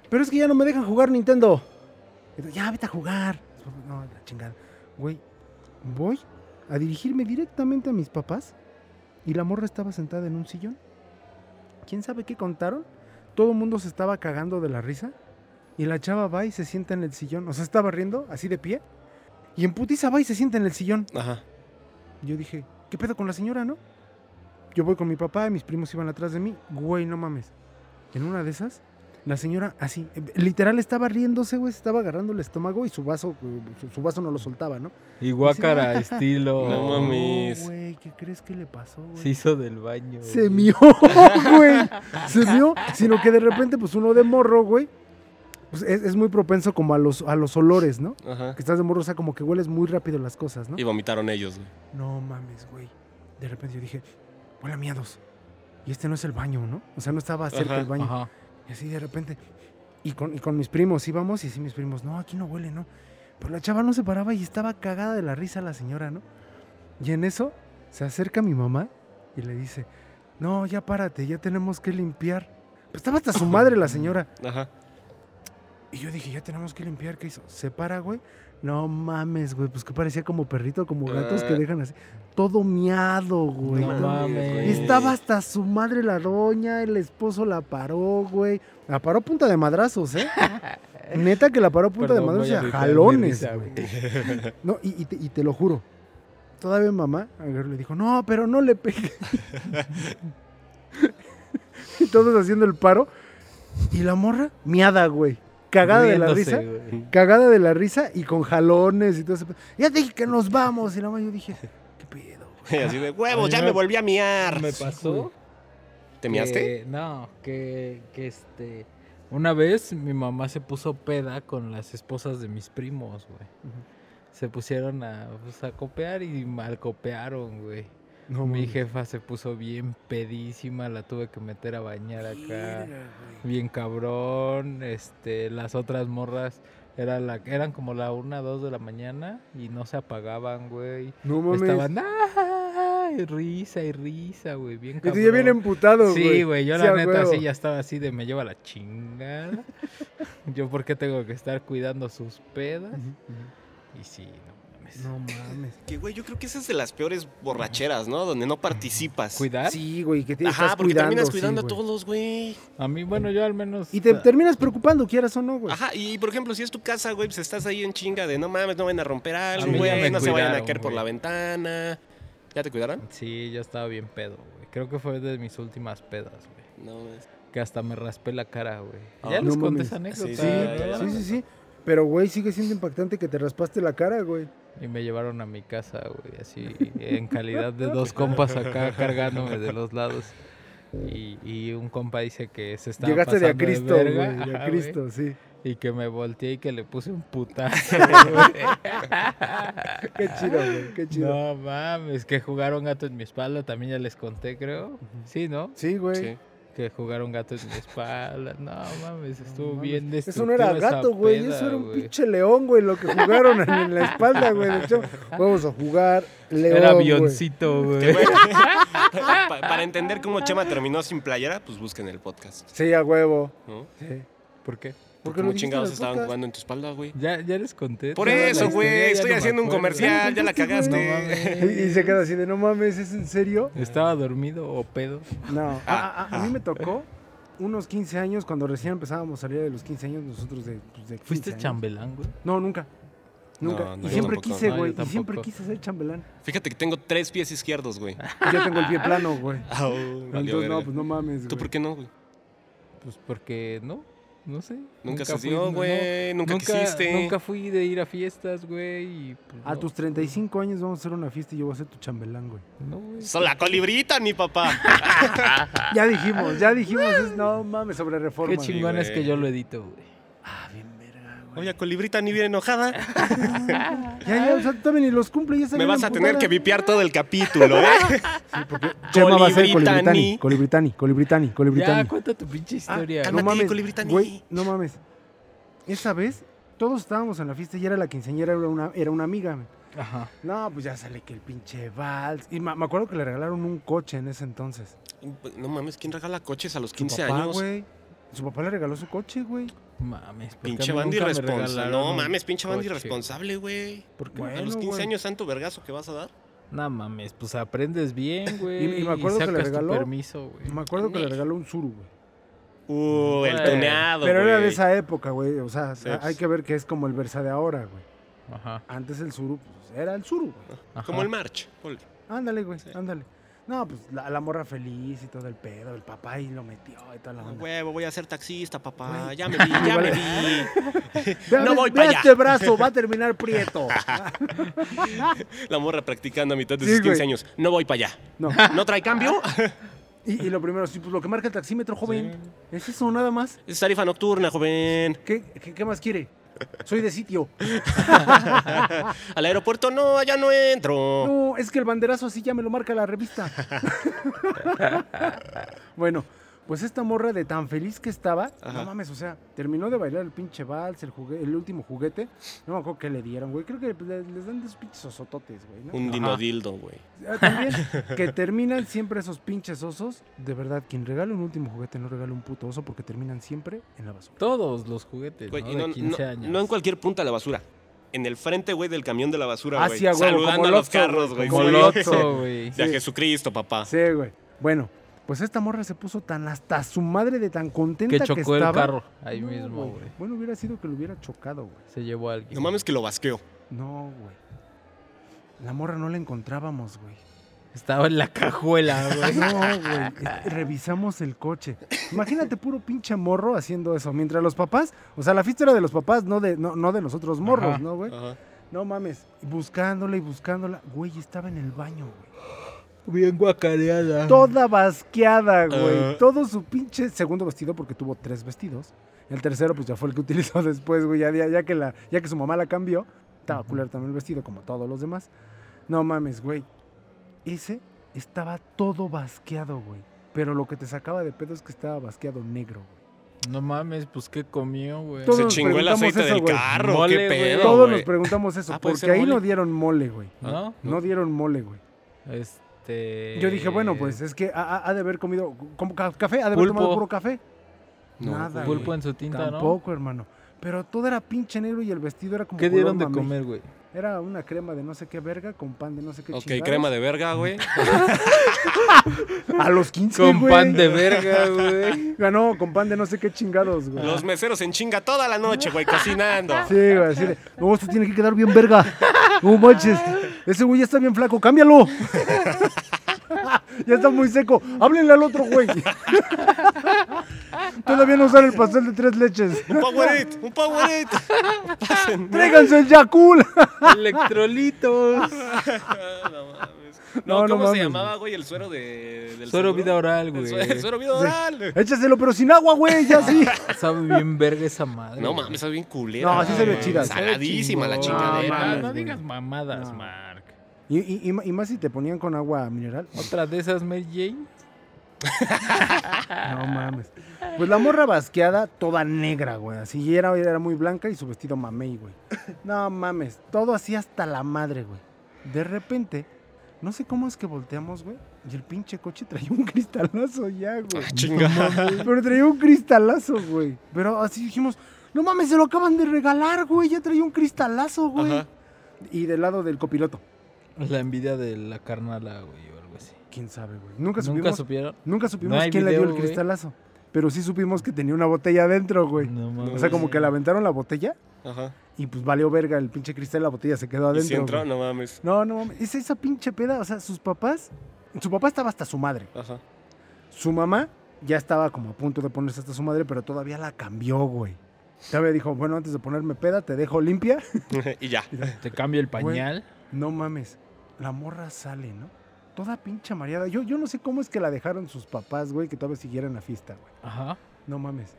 Speaker 4: Pero es que ya no me dejan jugar Nintendo. Y tú, Ya, vete a jugar. No, la chingada. Güey, voy a dirigirme directamente a mis papás y la morra estaba sentada en un sillón. ¿Quién sabe qué contaron? Todo el mundo se estaba cagando de la risa y la chava va y se sienta en el sillón. O sea, estaba riendo así de pie y en putiza va y se sienta en el sillón.
Speaker 3: Ajá.
Speaker 4: Yo dije, ¿qué pedo con la señora, no? Yo voy con mi papá, mis primos iban atrás de mí. Güey, no mames. En una de esas, la señora así, eh, literal estaba riéndose, güey, se estaba agarrando el estómago y su vaso, eh, su, su vaso no lo soltaba, ¿no?
Speaker 2: Y guácara estilo.
Speaker 3: No mames.
Speaker 4: No, güey, ¿qué crees que le pasó, güey?
Speaker 2: Se hizo del baño.
Speaker 4: Se
Speaker 2: güey.
Speaker 4: mió, güey. Se mió, sino que de repente, pues uno de morro, güey, pues es, es muy propenso como a los, a los olores, ¿no?
Speaker 3: Ajá.
Speaker 4: Que estás de morro, o sea, como que hueles muy rápido las cosas, ¿no?
Speaker 3: Y vomitaron ellos, güey.
Speaker 4: No mames, güey. De repente yo dije, hola a miados. Y este no es el baño, ¿no? O sea, no estaba cerca
Speaker 3: Ajá,
Speaker 4: del baño.
Speaker 2: Ajá.
Speaker 4: Y así de repente. Y con, y con mis primos íbamos y así mis primos, no, aquí no huele, ¿no? Pero la chava no se paraba y estaba cagada de la risa la señora, ¿no? Y en eso se acerca mi mamá y le dice, no, ya párate, ya tenemos que limpiar. Pues estaba hasta su madre la señora.
Speaker 3: Ajá.
Speaker 4: Y yo dije, ya tenemos que limpiar, ¿qué hizo? Se para, güey. No mames, güey, pues que parecía como perrito, como gatos que
Speaker 3: Ah.
Speaker 4: dejan así. Todo miado, güey.
Speaker 2: Eh. No
Speaker 4: todo-
Speaker 2: mames.
Speaker 4: Y Estaba hasta su madre la doña, el esposo la paró, güey. La paró a punta de madrazos, ¿eh? Neta que la paró a punta
Speaker 2: Perdón,
Speaker 4: de madrazos y
Speaker 2: voy a
Speaker 4: a
Speaker 2: evitar mi
Speaker 4: jalones,
Speaker 2: risa,
Speaker 4: güey. No, y, y te, y te lo juro. Todavía mi mamá agarró y le dijo, no, pero no le pegues. y todos haciendo el paro. Y la morra, miada, güey. Cagada de la
Speaker 2: Riéndose,
Speaker 4: risa
Speaker 2: güey.
Speaker 4: cagada de la risa y con jalones y todo ese pedo. Ya te dije que nos vamos. Y la mamá yo dije, ¿qué pedo? güey?
Speaker 3: Y así de huevos,
Speaker 2: A mí
Speaker 3: ya
Speaker 2: me-
Speaker 3: me volví a miar.
Speaker 2: Me pasó.
Speaker 3: ¿Te
Speaker 4: Eh.
Speaker 3: miaste?
Speaker 2: que- no, que, que este. Una vez mi mamá se puso peda con las esposas de mis primos, güey.
Speaker 4: Ujú.
Speaker 2: Se pusieron a, pues, a copear y mal copearon, güey.
Speaker 4: No,
Speaker 2: Mi
Speaker 4: mames.
Speaker 2: jefa se puso bien pedísima, la tuve que meter a bañar acá.
Speaker 4: Verga, güey.
Speaker 2: Bien cabrón, este, las otras morras era la, eran como la una, dos de la mañana y no se apagaban, güey.
Speaker 4: No mames.
Speaker 2: Estaban, ¡ah! y risa y risa, güey, bien
Speaker 4: Y tú
Speaker 2: cabrón.
Speaker 4: ya bien emputado, güey.
Speaker 2: Sí, güey, yo
Speaker 4: Sí,
Speaker 2: la
Speaker 4: a
Speaker 2: neta
Speaker 4: huevo.
Speaker 2: sí ya estaba así de me lleva la chingada. yo por qué tengo que estar cuidando sus pedas.
Speaker 4: Ujú, ujú.
Speaker 2: Y sí, no mames. mames.
Speaker 4: No mames.
Speaker 3: Que, güey, yo creo que esa es de las peores borracheras, ¿no? Donde no participas.
Speaker 2: ¿Cuidar?
Speaker 4: Sí, güey, que te
Speaker 3: Ajá,
Speaker 4: Mm. estás
Speaker 3: porque
Speaker 4: cuidando.
Speaker 3: terminas
Speaker 4: sí,
Speaker 3: cuidando a
Speaker 4: güey.
Speaker 3: todos, güey.
Speaker 2: A mí, bueno, yo al menos...
Speaker 4: Y te terminas preocupando, quieras o no, güey.
Speaker 3: Ajá, y por ejemplo, si es tu casa, güey, pues estás ahí en chinga de no mames, no van a romper
Speaker 2: A
Speaker 3: algo,
Speaker 2: mí ya
Speaker 3: güey,
Speaker 2: me
Speaker 3: no se vayan a
Speaker 2: cuidaron,
Speaker 3: caer por
Speaker 2: güey.
Speaker 3: la ventana. ¿Ya te cuidaron?
Speaker 2: Sí, yo estaba bien pedo, güey. Creo que fue de mis últimas pedas, güey.
Speaker 3: No, mames.
Speaker 2: Que hasta me raspé la cara, güey.
Speaker 3: Ah,
Speaker 2: ya
Speaker 4: no
Speaker 2: les conté
Speaker 4: mames.
Speaker 2: esa anécdota.
Speaker 3: Sí,
Speaker 4: Sí,
Speaker 2: ¿verdad?
Speaker 4: sí, sí, sí. Pero, güey, sigue siendo impactante que te raspaste la cara, güey.
Speaker 2: Y me llevaron a mi casa, güey, así en calidad de dos compas acá cargándome de los lados. Y, y un compa dice que se estaba
Speaker 4: Llegaste de a
Speaker 2: pasando
Speaker 4: Cristo, güey.
Speaker 2: verga,
Speaker 4: De
Speaker 2: ajá,
Speaker 4: a
Speaker 2: güey,
Speaker 4: Cristo, sí.
Speaker 2: y que me volteé y que le puse un putazo, güey.
Speaker 4: Qué chido, güey. Qué chido.
Speaker 2: No mames, que jugaron gato en mi espalda, también ya les conté, creo. Sí, ¿no?
Speaker 4: Sí, güey.
Speaker 3: Sí.
Speaker 2: Que jugaron gato en mi espalda. No mames, estuvo
Speaker 4: mames.
Speaker 2: bien
Speaker 4: Eso no era
Speaker 2: destructiva esa
Speaker 4: gato, güey.
Speaker 2: peda,
Speaker 4: Eso era un
Speaker 2: güey.
Speaker 4: pinche león, güey. Lo que jugaron en, en la espalda, güey. De hecho, vamos a jugar león.
Speaker 2: Era
Speaker 4: güey.
Speaker 2: avioncito,
Speaker 3: Que,
Speaker 2: güey.
Speaker 3: güey, pa- para entender cómo Chema terminó sin playera, pues busquen el podcast,
Speaker 4: Sí, a huevo.
Speaker 3: ¿no?
Speaker 4: Sí.
Speaker 2: ¿Por qué?
Speaker 4: ¿Por qué lo
Speaker 3: Como
Speaker 4: dijiste
Speaker 3: chingados
Speaker 4: en el
Speaker 3: estaban
Speaker 4: podcast?
Speaker 3: jugando en tu espalda, güey.
Speaker 2: Ya, ya les conté.
Speaker 3: Por
Speaker 2: toda la
Speaker 3: eso,
Speaker 2: historia,
Speaker 3: güey,
Speaker 2: ya
Speaker 3: estoy
Speaker 2: me
Speaker 3: haciendo un
Speaker 2: acuerdo.
Speaker 3: comercial, ya la
Speaker 2: No
Speaker 3: cagaste.
Speaker 4: Y, y
Speaker 2: mames.
Speaker 4: se queda así de, no mames, ¿es en serio?
Speaker 2: Estaba dormido o pedo.
Speaker 4: No.
Speaker 3: Ah,
Speaker 4: A, a- a mí me tocó unos 15 años, cuando recién empezábamos a salir de los 15 años, nosotros de, pues, de 15
Speaker 2: ¿Fuiste
Speaker 4: años.
Speaker 2: chambelán, güey?
Speaker 4: No, nunca. Nunca.
Speaker 3: No, no,
Speaker 4: y
Speaker 3: yo
Speaker 4: siempre
Speaker 3: tampoco.
Speaker 4: quise,
Speaker 2: No, yo
Speaker 4: güey. y
Speaker 2: tampoco.
Speaker 4: siempre quise ser chambelán.
Speaker 3: Fíjate que tengo tres pies izquierdos, güey.
Speaker 4: Y yo tengo el pie plano, güey.
Speaker 3: Au, valió
Speaker 4: Entonces, no,
Speaker 3: verga.
Speaker 4: pues no mames, güey.
Speaker 3: ¿Tú por qué no, güey?
Speaker 2: Pues porque no, no sé.
Speaker 3: Nunca, se
Speaker 2: fui,
Speaker 3: dio,
Speaker 2: no,
Speaker 3: güey.
Speaker 2: no.
Speaker 3: Nunca, quisiste.
Speaker 2: Nunca fui de ir a fiestas, güey. y, pues,
Speaker 4: A
Speaker 2: no.
Speaker 4: tus 35 años vamos a hacer una fiesta y yo voy a ser tu chambelán, güey.
Speaker 2: No, güey.
Speaker 3: Son la colibrita, mi papá. Ah.
Speaker 4: Ya dijimos, ya dijimos. es- no mames, sobre reforma.
Speaker 2: Qué chingón es
Speaker 3: güey.
Speaker 2: que yo lo edito, güey.
Speaker 4: Ah, bien verga, güey.
Speaker 3: Oye, colibrita ni bien enojada.
Speaker 4: Ya, ya, o sea, tú también ni los cumple. Ya
Speaker 3: Me vas a tener que vipiar todo el capítulo, ¿eh?
Speaker 4: Chema va a ser
Speaker 3: Colibritani.
Speaker 4: Colibritani. Colibritani, Colibritani,
Speaker 2: Ya,
Speaker 4: Colibritani.
Speaker 2: cuenta tu pinche
Speaker 4: Ah,
Speaker 2: historia.
Speaker 3: cálmate,
Speaker 4: no mames,
Speaker 3: Colibritani.
Speaker 4: güey, no mames. Esa vez todos estábamos en la fiesta y era la quinceañera, era una, era una amiga. men.
Speaker 2: Ajá.
Speaker 4: No, pues ya sale que el pinche vals. Y ma- me acuerdo que le regalaron un coche en ese entonces.
Speaker 3: No mames, ¿quién regala coches a los
Speaker 4: Su
Speaker 3: 15
Speaker 4: papá,
Speaker 3: años?
Speaker 4: güey. Su papá le regaló su coche, güey.
Speaker 2: Mames. ¿por qué a
Speaker 3: Pinche
Speaker 2: mí
Speaker 3: banda
Speaker 2: nunca me
Speaker 3: irresponsable.
Speaker 2: regalaron
Speaker 3: No
Speaker 2: un
Speaker 3: mames, pinche banda
Speaker 2: coche?
Speaker 3: irresponsable, güey.
Speaker 2: ¿Por qué?
Speaker 4: Bueno,
Speaker 3: a los 15
Speaker 4: güey.
Speaker 3: años, santo vergazo que vas a dar.
Speaker 2: No mames, pues aprendes bien, güey.
Speaker 4: Y- y me acuerdo que le
Speaker 2: sacas tu
Speaker 4: regaló-
Speaker 2: permiso, güey.
Speaker 4: Me acuerdo que le regaló un suru, güey.
Speaker 3: Uh, el
Speaker 2: Güey.
Speaker 3: tuneado,
Speaker 4: Pero era de
Speaker 3: güey.
Speaker 4: esa época, güey. O sea,
Speaker 3: Sí,
Speaker 4: hay
Speaker 3: pues.
Speaker 4: que ver que es como el Versa de ahora, güey.
Speaker 2: Ajá.
Speaker 4: Antes el suru, pues era el suru, güey.
Speaker 2: ajá.
Speaker 3: Como el March. ponle.
Speaker 4: Ándale, güey, ándale. No, pues la, la morra feliz y todo el pedo, el papá ahí lo metió y toda la
Speaker 3: Ah,
Speaker 4: onda.
Speaker 3: Huevo, voy a ser taxista, papá.
Speaker 4: Güey.
Speaker 3: Ya me vi, ya me
Speaker 4: Igual-
Speaker 3: vi.
Speaker 4: Ve a-
Speaker 3: No
Speaker 4: ve-
Speaker 3: voy
Speaker 4: ve
Speaker 3: para
Speaker 4: a
Speaker 3: allá.
Speaker 4: este brazo, va a terminar prieto.
Speaker 3: La morra practicando a mitad de
Speaker 4: Sí,
Speaker 3: sus 15
Speaker 4: güey.
Speaker 3: años. No voy para allá.
Speaker 4: No.
Speaker 3: ¿No trae cambio?
Speaker 4: Y, y lo primero, sí, pues lo que marca el taxímetro, joven. Es eso, nada más.
Speaker 3: Es tarifa nocturna, joven.
Speaker 4: ¿Qué, qué, qué más quiere? Soy de sitio.
Speaker 3: Al aeropuerto, no, allá no entro.
Speaker 4: No, es que el banderazo así ya me lo marca la revista. bueno, pues esta morra de tan feliz que estaba,
Speaker 3: Ajá.
Speaker 4: no mames, o sea, terminó de bailar el pinche vals, el, jugue- el último juguete. No me acuerdo qué le dieron, güey. Creo que le- les dan de esos pinches osototes, güey. ¿no?
Speaker 3: Un dinodildo, güey.
Speaker 4: Ah, También que terminan siempre esos pinches osos. De verdad, quien regala un último juguete no regala un puto oso porque terminan siempre en la basura.
Speaker 2: Todos los juguetes,
Speaker 4: Este,
Speaker 3: Güey,
Speaker 2: ¿no?
Speaker 3: y
Speaker 2: De
Speaker 3: no,
Speaker 2: 15
Speaker 3: no-
Speaker 2: años.
Speaker 3: no en cualquier punta de la basura. En el frente, güey, del camión de la basura,
Speaker 4: Ah,
Speaker 3: güey.
Speaker 4: sí, a huevo,
Speaker 3: Saludando
Speaker 4: como
Speaker 3: a los
Speaker 4: Lotso, güey,
Speaker 3: carros, güey.
Speaker 4: como
Speaker 3: Sí.
Speaker 4: Lotso.
Speaker 2: Coloso, güey.
Speaker 3: De a
Speaker 4: Sí.
Speaker 3: Jesucristo, papá.
Speaker 4: Sí, güey. Bueno, pues esta morra se puso tan hasta su madre de tan contenta
Speaker 2: Que
Speaker 4: que,
Speaker 2: chocó el
Speaker 4: estaba.
Speaker 2: carro ahí
Speaker 4: No,
Speaker 2: mismo, güey.
Speaker 4: Bueno, hubiera sido que lo hubiera chocado, güey.
Speaker 2: Se llevó a alguien.
Speaker 3: No mames que lo basqueó.
Speaker 4: No, güey. La morra no la encontrábamos, güey.
Speaker 2: Estaba en la cajuela, güey.
Speaker 4: No, güey. Es- Revisamos el coche. Imagínate puro pinche morro haciendo eso. Mientras los papás, o sea, la fiesta era de los papás, no de, no, no de los otros morros,
Speaker 2: Ajá.
Speaker 4: ¿no, güey?
Speaker 3: Ajá.
Speaker 4: No mames. Buscándola y buscándola. Güey, estaba en el baño, güey.
Speaker 2: Bien guacareada.
Speaker 4: Toda basqueada, güey.
Speaker 3: Ah.
Speaker 4: Todo su pinche segundo vestido, porque tuvo tres vestidos. El tercero, pues ya fue el que utilizó después, güey. Ya, ya- ya que, la, ya que su mamá la cambió. Estaba culero también el vestido, como todos los demás. No mames, güey. Ese estaba todo basqueado, güey. Pero lo que te sacaba de pedo es que estaba basqueado negro, güey.
Speaker 2: No mames, pues qué comió, güey.
Speaker 4: Todos
Speaker 3: Se
Speaker 4: nos
Speaker 3: chingó el
Speaker 4: preguntamos
Speaker 3: aceite
Speaker 4: eso,
Speaker 3: del
Speaker 4: güey.
Speaker 3: carro.
Speaker 2: Mole,
Speaker 3: qué
Speaker 2: güey.
Speaker 3: pedo,
Speaker 4: Todos
Speaker 3: güey.
Speaker 4: nos preguntamos eso,
Speaker 3: Ah, ¿puede
Speaker 4: porque
Speaker 3: ser
Speaker 4: ahí
Speaker 3: mole?
Speaker 4: no dieron mole, güey.
Speaker 2: ¿No?
Speaker 4: No dieron mole, güey.
Speaker 2: Este.
Speaker 4: Yo dije, bueno, pues
Speaker 3: Eh.
Speaker 4: es que ha, ha- ha de haber comido como ca- café, ha de haber
Speaker 2: Pulpo.
Speaker 4: tomado puro café.
Speaker 3: No, güey.
Speaker 4: Nada,
Speaker 2: Pulpo en su tinta,
Speaker 4: Tampoco, hermano. Pero todo era pinche negro y el vestido era
Speaker 2: ¿no?
Speaker 4: como
Speaker 2: ¿Qué
Speaker 4: color
Speaker 2: dieron de
Speaker 4: mamey.
Speaker 2: comer, güey?
Speaker 4: Era una crema de no sé qué verga con pan de no sé qué
Speaker 3: Ok,
Speaker 4: chingados.
Speaker 3: crema de verga, güey.
Speaker 4: A los 15,
Speaker 2: Con
Speaker 4: güey.
Speaker 2: pan de verga, güey.
Speaker 4: Ganó con pan de no sé qué chingados, güey.
Speaker 3: Los meseros en chinga toda la noche, güey, cocinando.
Speaker 4: Sí, güey, así de, no, esto tiene que quedar bien verga. No manches, ese güey ya está bien flaco, cámbialo. ya está muy seco, háblenle al otro güey. Todavía no usar el pastel de tres leches.
Speaker 3: Un Powerade, un Powerade. Pasen.
Speaker 4: Tráiganse el Yakul.
Speaker 2: Electrolitos.
Speaker 3: No,
Speaker 4: No, no
Speaker 3: ¿cómo se
Speaker 4: mames,
Speaker 3: llamaba, güey, el suero de, del
Speaker 2: Suero
Speaker 3: seguro?
Speaker 2: vida oral,
Speaker 3: El
Speaker 2: güey.
Speaker 3: suero, el suero vida oral.
Speaker 4: Échaselo, pero sin agua, güey, ya sí.
Speaker 2: Sabe bien verga esa madre.
Speaker 3: No
Speaker 2: güey.
Speaker 3: mames, está bien culera.
Speaker 4: No, sí se ve
Speaker 3: güey.
Speaker 4: chida.
Speaker 3: Saladísima la
Speaker 2: No,
Speaker 3: chingadera.
Speaker 2: mames,
Speaker 4: güey.
Speaker 2: No digas mamadas,
Speaker 4: No.
Speaker 2: Mark.
Speaker 4: Y, y- y ma- y más si te ponían con agua mineral.
Speaker 2: Otra de esas, Mary Jane.
Speaker 3: Ah.
Speaker 4: No mames. Pues la morra basqueada, toda negra, güey. Así y era, era muy blanca y su vestido mamey, güey. No mames. Todo así hasta la madre, güey. De repente, no sé cómo es que volteamos, güey. Y el pinche coche traía un cristalazo ya, güey.
Speaker 3: Ah, chinga.
Speaker 4: Pero traía un cristalazo, güey. Pero así dijimos, no mames, se lo acaban de regalar, güey. Ya traía un cristalazo, güey.
Speaker 3: Ajá.
Speaker 4: Y del lado del copiloto.
Speaker 2: La envidia de la carnala, güey, o algo así.
Speaker 4: ¿Quién sabe, güey? Nunca
Speaker 2: ¿Nunca
Speaker 4: supimos,
Speaker 2: supieron?
Speaker 4: nunca, supimos
Speaker 2: No hay
Speaker 4: quién le dio
Speaker 2: video,
Speaker 4: el
Speaker 2: güey.
Speaker 4: cristalazo. Pero sí supimos que tenía una botella adentro, güey.
Speaker 2: No mames.
Speaker 4: O sea, como
Speaker 2: Mm.
Speaker 4: que le aventaron la botella
Speaker 3: Ajá.
Speaker 4: y pues valió verga el pinche cristal, la botella se quedó
Speaker 3: Y
Speaker 4: adentro.
Speaker 3: si entró,
Speaker 4: güey.
Speaker 3: no mames.
Speaker 4: No, no mames. Es esa pinche peda. O sea, sus papás. Su papá estaba hasta su madre.
Speaker 3: Ajá.
Speaker 4: Su mamá ya estaba como a punto de ponerse hasta su madre, pero todavía la cambió, güey. Todavía dijo, bueno, antes de ponerme peda, te dejo limpia.
Speaker 3: y ya.
Speaker 2: Te cambio el pañal.
Speaker 4: No mames. La morra sale, ¿no? Toda pincha mareada. Yo, yo no sé cómo es que la dejaron sus papás, güey, que todavía siguieran la fiesta, güey.
Speaker 2: Ajá.
Speaker 4: No mames.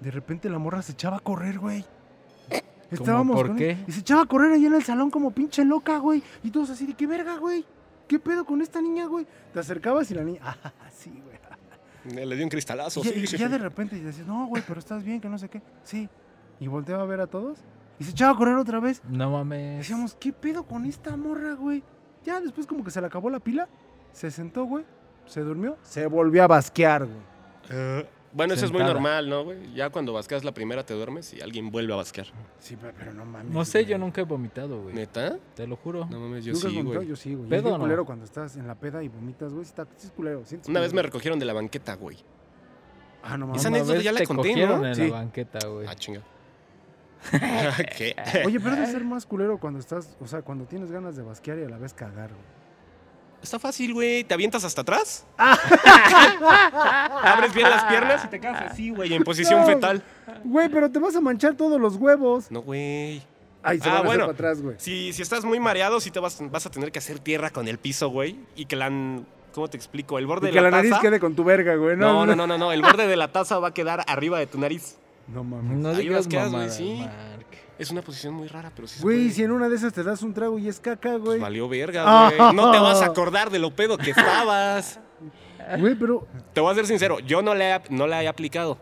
Speaker 4: De repente la morra se echaba a correr, güey. Estábamos
Speaker 2: por
Speaker 4: con
Speaker 2: qué?
Speaker 4: él, y se echaba a correr allá en el salón como pinche loca, güey. Y todos así de qué verga, güey. ¿Qué pedo con esta niña, güey? Te acercabas y la niña, ah, sí, güey.
Speaker 3: Eh, Le dio un cristalazo.
Speaker 4: Y, ya-
Speaker 3: sí,
Speaker 4: y
Speaker 3: sí,
Speaker 4: ya
Speaker 3: sí.
Speaker 4: de repente decías, no, güey, pero estás bien, que no sé qué. Sí. Y volteaba a ver a todos. Y se echaba a correr otra vez.
Speaker 2: No mames.
Speaker 4: Decíamos, ¿qué pedo con esta morra, güey? Ya después como que se le acabó la pila. Se sentó, güey. Se durmió. Se volvió a basquear, güey.
Speaker 3: Eh, Bueno, eso es muy
Speaker 2: Sentada.
Speaker 3: normal, ¿no, güey? Ya cuando vasqueas la primera te duermes y alguien vuelve a vasquear.
Speaker 4: Sí, pero, pero no mames.
Speaker 2: No sé, yo
Speaker 4: güey.
Speaker 2: nunca he vomitado, güey.
Speaker 3: ¿Neta?
Speaker 2: Te lo juro.
Speaker 3: No mames, yo
Speaker 4: Nunca has
Speaker 3: sí,
Speaker 4: vomitado,
Speaker 3: güey.
Speaker 4: Yo sí, güey.
Speaker 2: ¿Pedo
Speaker 4: Es bien
Speaker 2: o no?
Speaker 4: culero cuando estás en la peda y vomitas, güey. sí Está, sí es culero. sientes
Speaker 3: Una vez me
Speaker 4: culero.
Speaker 3: recogieron de la banqueta, güey.
Speaker 4: Ah, no
Speaker 2: Una
Speaker 3: Esa
Speaker 4: mames.
Speaker 3: anécdota
Speaker 2: vez
Speaker 3: ya la
Speaker 2: te
Speaker 3: conté,
Speaker 2: cogieron
Speaker 3: ¿no?
Speaker 2: en
Speaker 4: Sí.
Speaker 2: la banqueta, güey.
Speaker 3: Ah, chinga. ¿Qué?
Speaker 4: Oye, pero debe ser más culero cuando estás, o sea, cuando tienes ganas de basquear y a la vez cagar, güey.
Speaker 3: Está fácil, güey. ¿Te avientas hasta atrás? Abres bien las piernas y te quedas así, güey, en posición
Speaker 4: Ah. No.
Speaker 3: fetal.
Speaker 4: Güey, pero te vas a manchar todos los huevos.
Speaker 3: No, güey.
Speaker 4: Ay, se
Speaker 3: Ah,
Speaker 4: van a hacer
Speaker 3: bueno.
Speaker 4: para atrás, güey.
Speaker 3: Si, si estás muy mareado, sí te vas, vas a tener que hacer tierra con el piso, güey. Y que la... n- ¿Cómo te explico? El borde
Speaker 4: Y
Speaker 3: de
Speaker 4: que la
Speaker 3: la
Speaker 4: nariz
Speaker 3: taza...
Speaker 4: quede con tu verga, güey.
Speaker 3: No, no, no, no, no. El borde de la taza va a quedar arriba de tu nariz.
Speaker 4: No mames.
Speaker 2: No
Speaker 3: Ahí
Speaker 2: digas
Speaker 3: vasqueas, güey,
Speaker 2: mamadas,
Speaker 3: sí.
Speaker 2: Mark.
Speaker 3: Es una posición muy rara, pero sí se
Speaker 4: Güey,
Speaker 3: puede.
Speaker 4: si en una de esas te das un trago y es caca,
Speaker 3: Pues
Speaker 4: güey.
Speaker 3: valió verga, güey. No te vas a acordar de lo pedo que estabas.
Speaker 4: Güey, pero
Speaker 3: Te voy a ser sincero, yo no la he, no la he aplicado.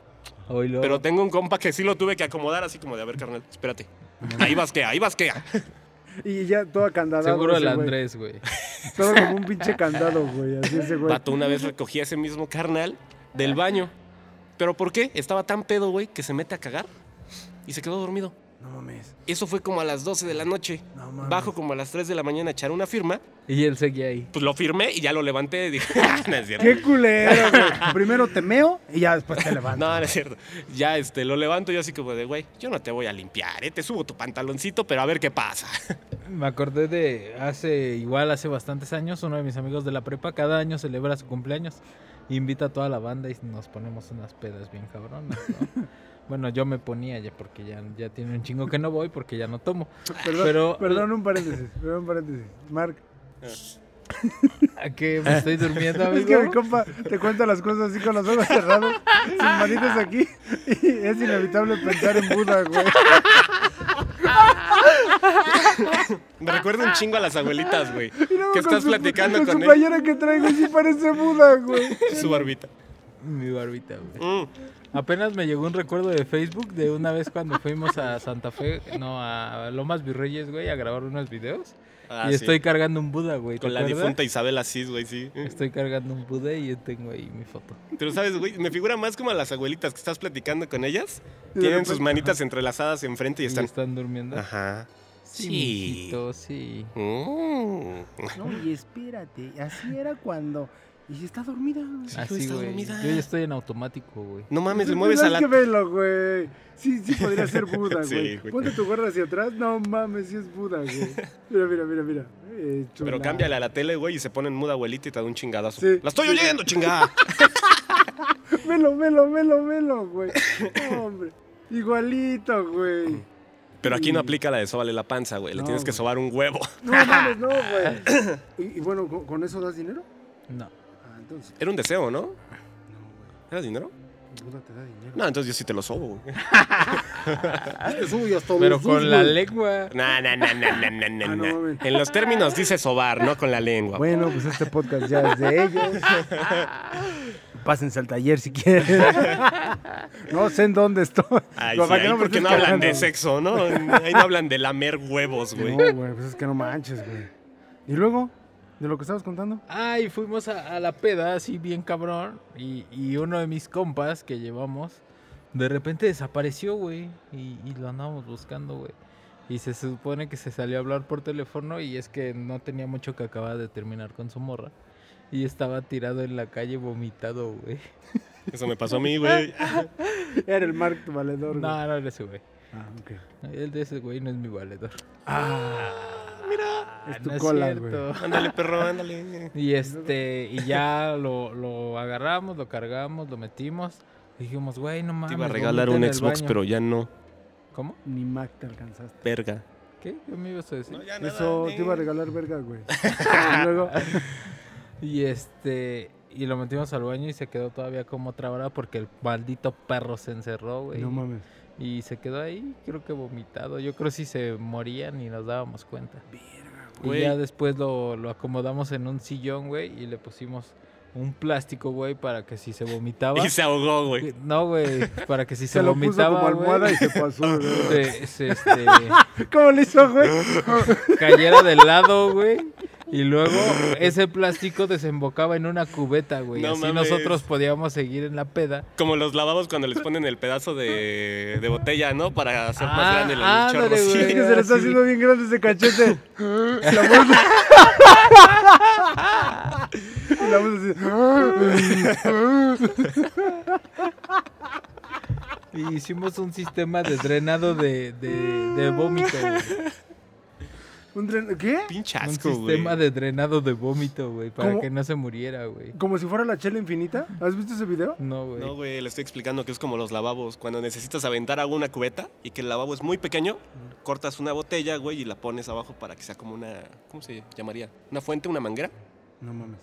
Speaker 2: Oílo.
Speaker 3: Pero tengo un compa que sí lo tuve que acomodar así como de, a ver, carnal, espérate. Ahí vasquea, ahí vasquea.
Speaker 4: y ya todo acandadado.
Speaker 2: Seguro el
Speaker 4: ese güey.
Speaker 2: Andrés, güey.
Speaker 4: Todo como un pinche candado, güey. Así ese güey.
Speaker 3: Pato una vez recogí a ese mismo carnal del baño. ¿Pero por qué? Estaba tan pedo, güey, que se mete a cagar y se quedó dormido.
Speaker 4: No mames.
Speaker 3: Eso fue como a las 12 de la noche.
Speaker 4: No mames.
Speaker 3: Bajo como a las 3 de la mañana a echar una firma.
Speaker 2: Y él seguía ahí.
Speaker 3: Pues lo firmé y ya lo levanté y dije, "Ah, no es cierto.
Speaker 4: Qué culero, güey. Primero te meo y ya después te levantas.
Speaker 3: No, no es cierto. Ya este, lo levanto yo así como de, güey, yo no te voy a limpiar, ¿eh? te subo tu pantaloncito, pero a ver qué pasa.
Speaker 2: Me acordé de hace, igual hace bastantes años, uno de mis amigos de la prepa cada año celebra su cumpleaños. Invita a toda la banda y nos ponemos unas pedas bien cabronas. ¿no? bueno, yo me ponía ya porque ya, ya tiene un chingo que no voy porque ya no tomo.
Speaker 4: Perdón,
Speaker 2: Pero-
Speaker 4: perdón, un paréntesis, perdón, un paréntesis. Mark,
Speaker 2: ¿A qué me estoy durmiendo, amigo?
Speaker 4: es que mi compa te cuenta las cosas así con los ojos cerrados, sin manitas aquí, y es inevitable pensar en Buda, güey.
Speaker 3: Me recuerda un chingo a las abuelitas, güey.
Speaker 4: Y luego
Speaker 3: Que
Speaker 4: con
Speaker 3: estás
Speaker 4: su-
Speaker 3: platicando
Speaker 4: con
Speaker 3: con
Speaker 4: su
Speaker 3: él,
Speaker 4: playera que traigo, sí parece Buda, güey.
Speaker 3: su barbita.
Speaker 2: Mi barbita, güey.
Speaker 3: Mm.
Speaker 2: Apenas me llegó un recuerdo de Facebook de una vez cuando fuimos a Santa Fe, no, a Lomas Virreyes, güey, a grabar unos videos.
Speaker 3: Ah,
Speaker 2: y
Speaker 3: sí.
Speaker 2: estoy cargando un Buda, güey. ¿te
Speaker 3: Con la
Speaker 2: acuerdas?
Speaker 3: difunta Isabel Asís, güey, sí.
Speaker 2: Estoy cargando un Buda y yo tengo ahí mi foto.
Speaker 3: Pero sabes, güey, me figura más como a las abuelitas que estás platicando con ellas.
Speaker 4: Y de
Speaker 3: Tienen
Speaker 4: repente,
Speaker 3: sus manitas entrelazadas enfrente y
Speaker 2: Y
Speaker 3: están.
Speaker 2: están durmiendo.
Speaker 3: Ajá.
Speaker 2: Sí,
Speaker 3: Sí.
Speaker 2: mijito, sí.
Speaker 3: Mm.
Speaker 4: No, y espérate, así era cuando. Y está dormida. güey.
Speaker 3: Sí, güey,
Speaker 2: Así,
Speaker 3: estás
Speaker 2: güey. Yo
Speaker 3: dormida.
Speaker 2: ya estoy en automático, güey.
Speaker 3: No mames, le
Speaker 4: Pues,
Speaker 3: mueves a
Speaker 4: hay
Speaker 3: la.
Speaker 4: que verlo, güey. Sí, sí podría ser Buda,
Speaker 3: Sí,
Speaker 4: güey.
Speaker 3: güey.
Speaker 4: Ponte tu gorra hacia atrás. No mames, sí es Buda, güey. Mira, mira, mira, mira. Eh,
Speaker 3: Pero
Speaker 4: chulada.
Speaker 3: cámbiale a la tele, güey, y se pone en muda abuelita y te da un chingadazo.
Speaker 4: Sí.
Speaker 3: ¡La estoy oyendo, chingada!
Speaker 4: Velo, velo, velo, velo, güey. Hombre. Igualito, güey.
Speaker 3: Pero aquí no aplica la de sóbale la panza, güey. Le
Speaker 4: No,
Speaker 3: tienes que
Speaker 4: güey.
Speaker 3: sobar un huevo.
Speaker 4: No mames, no, güey. Y, y bueno, ¿con, con eso das dinero?
Speaker 2: No.
Speaker 4: Ah, entonces.
Speaker 3: Era un deseo, ¿no?
Speaker 4: No, güey.
Speaker 3: ¿Era dinero?
Speaker 4: Buda te da dinero.
Speaker 3: No, entonces yo sí te lo sobo, güey.
Speaker 4: Te subo y Ah, hasta
Speaker 2: Pero
Speaker 4: los dos,
Speaker 2: con la
Speaker 4: güey.
Speaker 2: lengua.
Speaker 3: No, no, no, no, no, no, no,
Speaker 4: Ah, no
Speaker 3: no.
Speaker 4: mames.
Speaker 3: En los términos dice sobar, no con la lengua.
Speaker 4: Bueno, pues este podcast ya es de ellos. Pásense al taller si quieren. No sé en dónde estoy.
Speaker 3: Ay,
Speaker 4: Lo
Speaker 3: sí,
Speaker 4: para que
Speaker 3: ahí
Speaker 4: no me
Speaker 3: porque
Speaker 4: estés
Speaker 3: no hablan de
Speaker 4: cagando.
Speaker 3: sexo, ¿no? Ahí no hablan de lamer huevos, güey.
Speaker 4: No, güey, pues es que no manches, güey. Y luego, de lo que estabas contando.
Speaker 2: Ay, fuimos a, a la peda, así bien cabrón. Y, y uno de mis compas que llevamos, de repente desapareció, güey. Y, y lo andábamos buscando, güey. Y se supone que se salió a hablar por teléfono y es que no tenía mucho que acababa de terminar con su morra. Y estaba tirado en la calle vomitado, güey.
Speaker 3: Eso me pasó a mí, güey.
Speaker 4: Era el Mark tu valedor, güey.
Speaker 2: No, no era ese, güey.
Speaker 4: Ah, ok.
Speaker 2: El de ese güey no es mi valedor.
Speaker 3: Mira.
Speaker 2: Ah,
Speaker 4: Es tu
Speaker 2: no
Speaker 4: cola,
Speaker 2: cierto.
Speaker 4: güey.
Speaker 3: Ándale, perro, ándale.
Speaker 2: Y este, y ya lo, lo agarramos, lo cargamos, lo metimos. Dijimos, güey, no mames.
Speaker 3: Te iba a regalar un
Speaker 2: vomita en el
Speaker 3: Xbox,
Speaker 2: baño".
Speaker 3: pero ya no.
Speaker 2: ¿Cómo?
Speaker 4: Ni Mac te alcanzaste.
Speaker 3: Verga.
Speaker 2: ¿Qué? ¿Qué me ibas a decir?
Speaker 3: ya
Speaker 4: Eso te iba a regalar verga, güey. Y luego,
Speaker 2: Ah, Y este, y lo metimos al baño y se quedó todavía como otra hora porque el maldito perro se encerró, güey.
Speaker 4: no mames.
Speaker 2: y se quedó ahí, creo que vomitado. Yo creo si se moría ni nos dábamos cuenta.
Speaker 3: güey.
Speaker 2: Y ya después lo, lo acomodamos en un sillón, güey, y le pusimos un plástico, güey, para que si se vomitaba.
Speaker 3: Y se ahogó, güey.
Speaker 2: No, güey, para que si se,
Speaker 4: Se lo puso
Speaker 2: vomitaba,
Speaker 4: como almohada
Speaker 2: güey,
Speaker 4: y se pasó. güey.
Speaker 2: se- se, este,
Speaker 4: ¿Cómo le hizo, güey?
Speaker 2: cayera del lado, güey. Y luego ese plástico desembocaba en una cubeta, güey.
Speaker 3: No
Speaker 2: así
Speaker 3: mames.
Speaker 2: nosotros podíamos seguir en la peda.
Speaker 3: Como los lavabos cuando les ponen el pedazo de, de botella, ¿no? Para hacer más
Speaker 2: Ah,
Speaker 3: grande los
Speaker 2: ándale,
Speaker 3: chorros.
Speaker 4: Es
Speaker 2: güey.
Speaker 4: que se le está
Speaker 2: Así.
Speaker 4: haciendo bien grande ese cachete. La bolsa. Y la bolsa así.
Speaker 2: Y hicimos un sistema de drenado de, de, de vómito, güey.
Speaker 4: ¿Un tren? ¿Qué?
Speaker 3: Pinche
Speaker 2: Un
Speaker 3: asco, güey.
Speaker 2: sistema de drenado de vómito, güey, para
Speaker 4: ¿Cómo?
Speaker 2: que no se muriera, güey.
Speaker 4: ¿Como si fuera la chela infinita? ¿Has visto ese video?
Speaker 2: No, güey.
Speaker 3: No, güey, le estoy explicando que es como los lavabos. Cuando necesitas aventar agua a una cubeta y que el lavabo es muy pequeño, cortas una botella, güey, y la pones abajo para que sea como una. ¿Cómo se llamaría? ¿Una fuente, una manguera?
Speaker 4: No mames.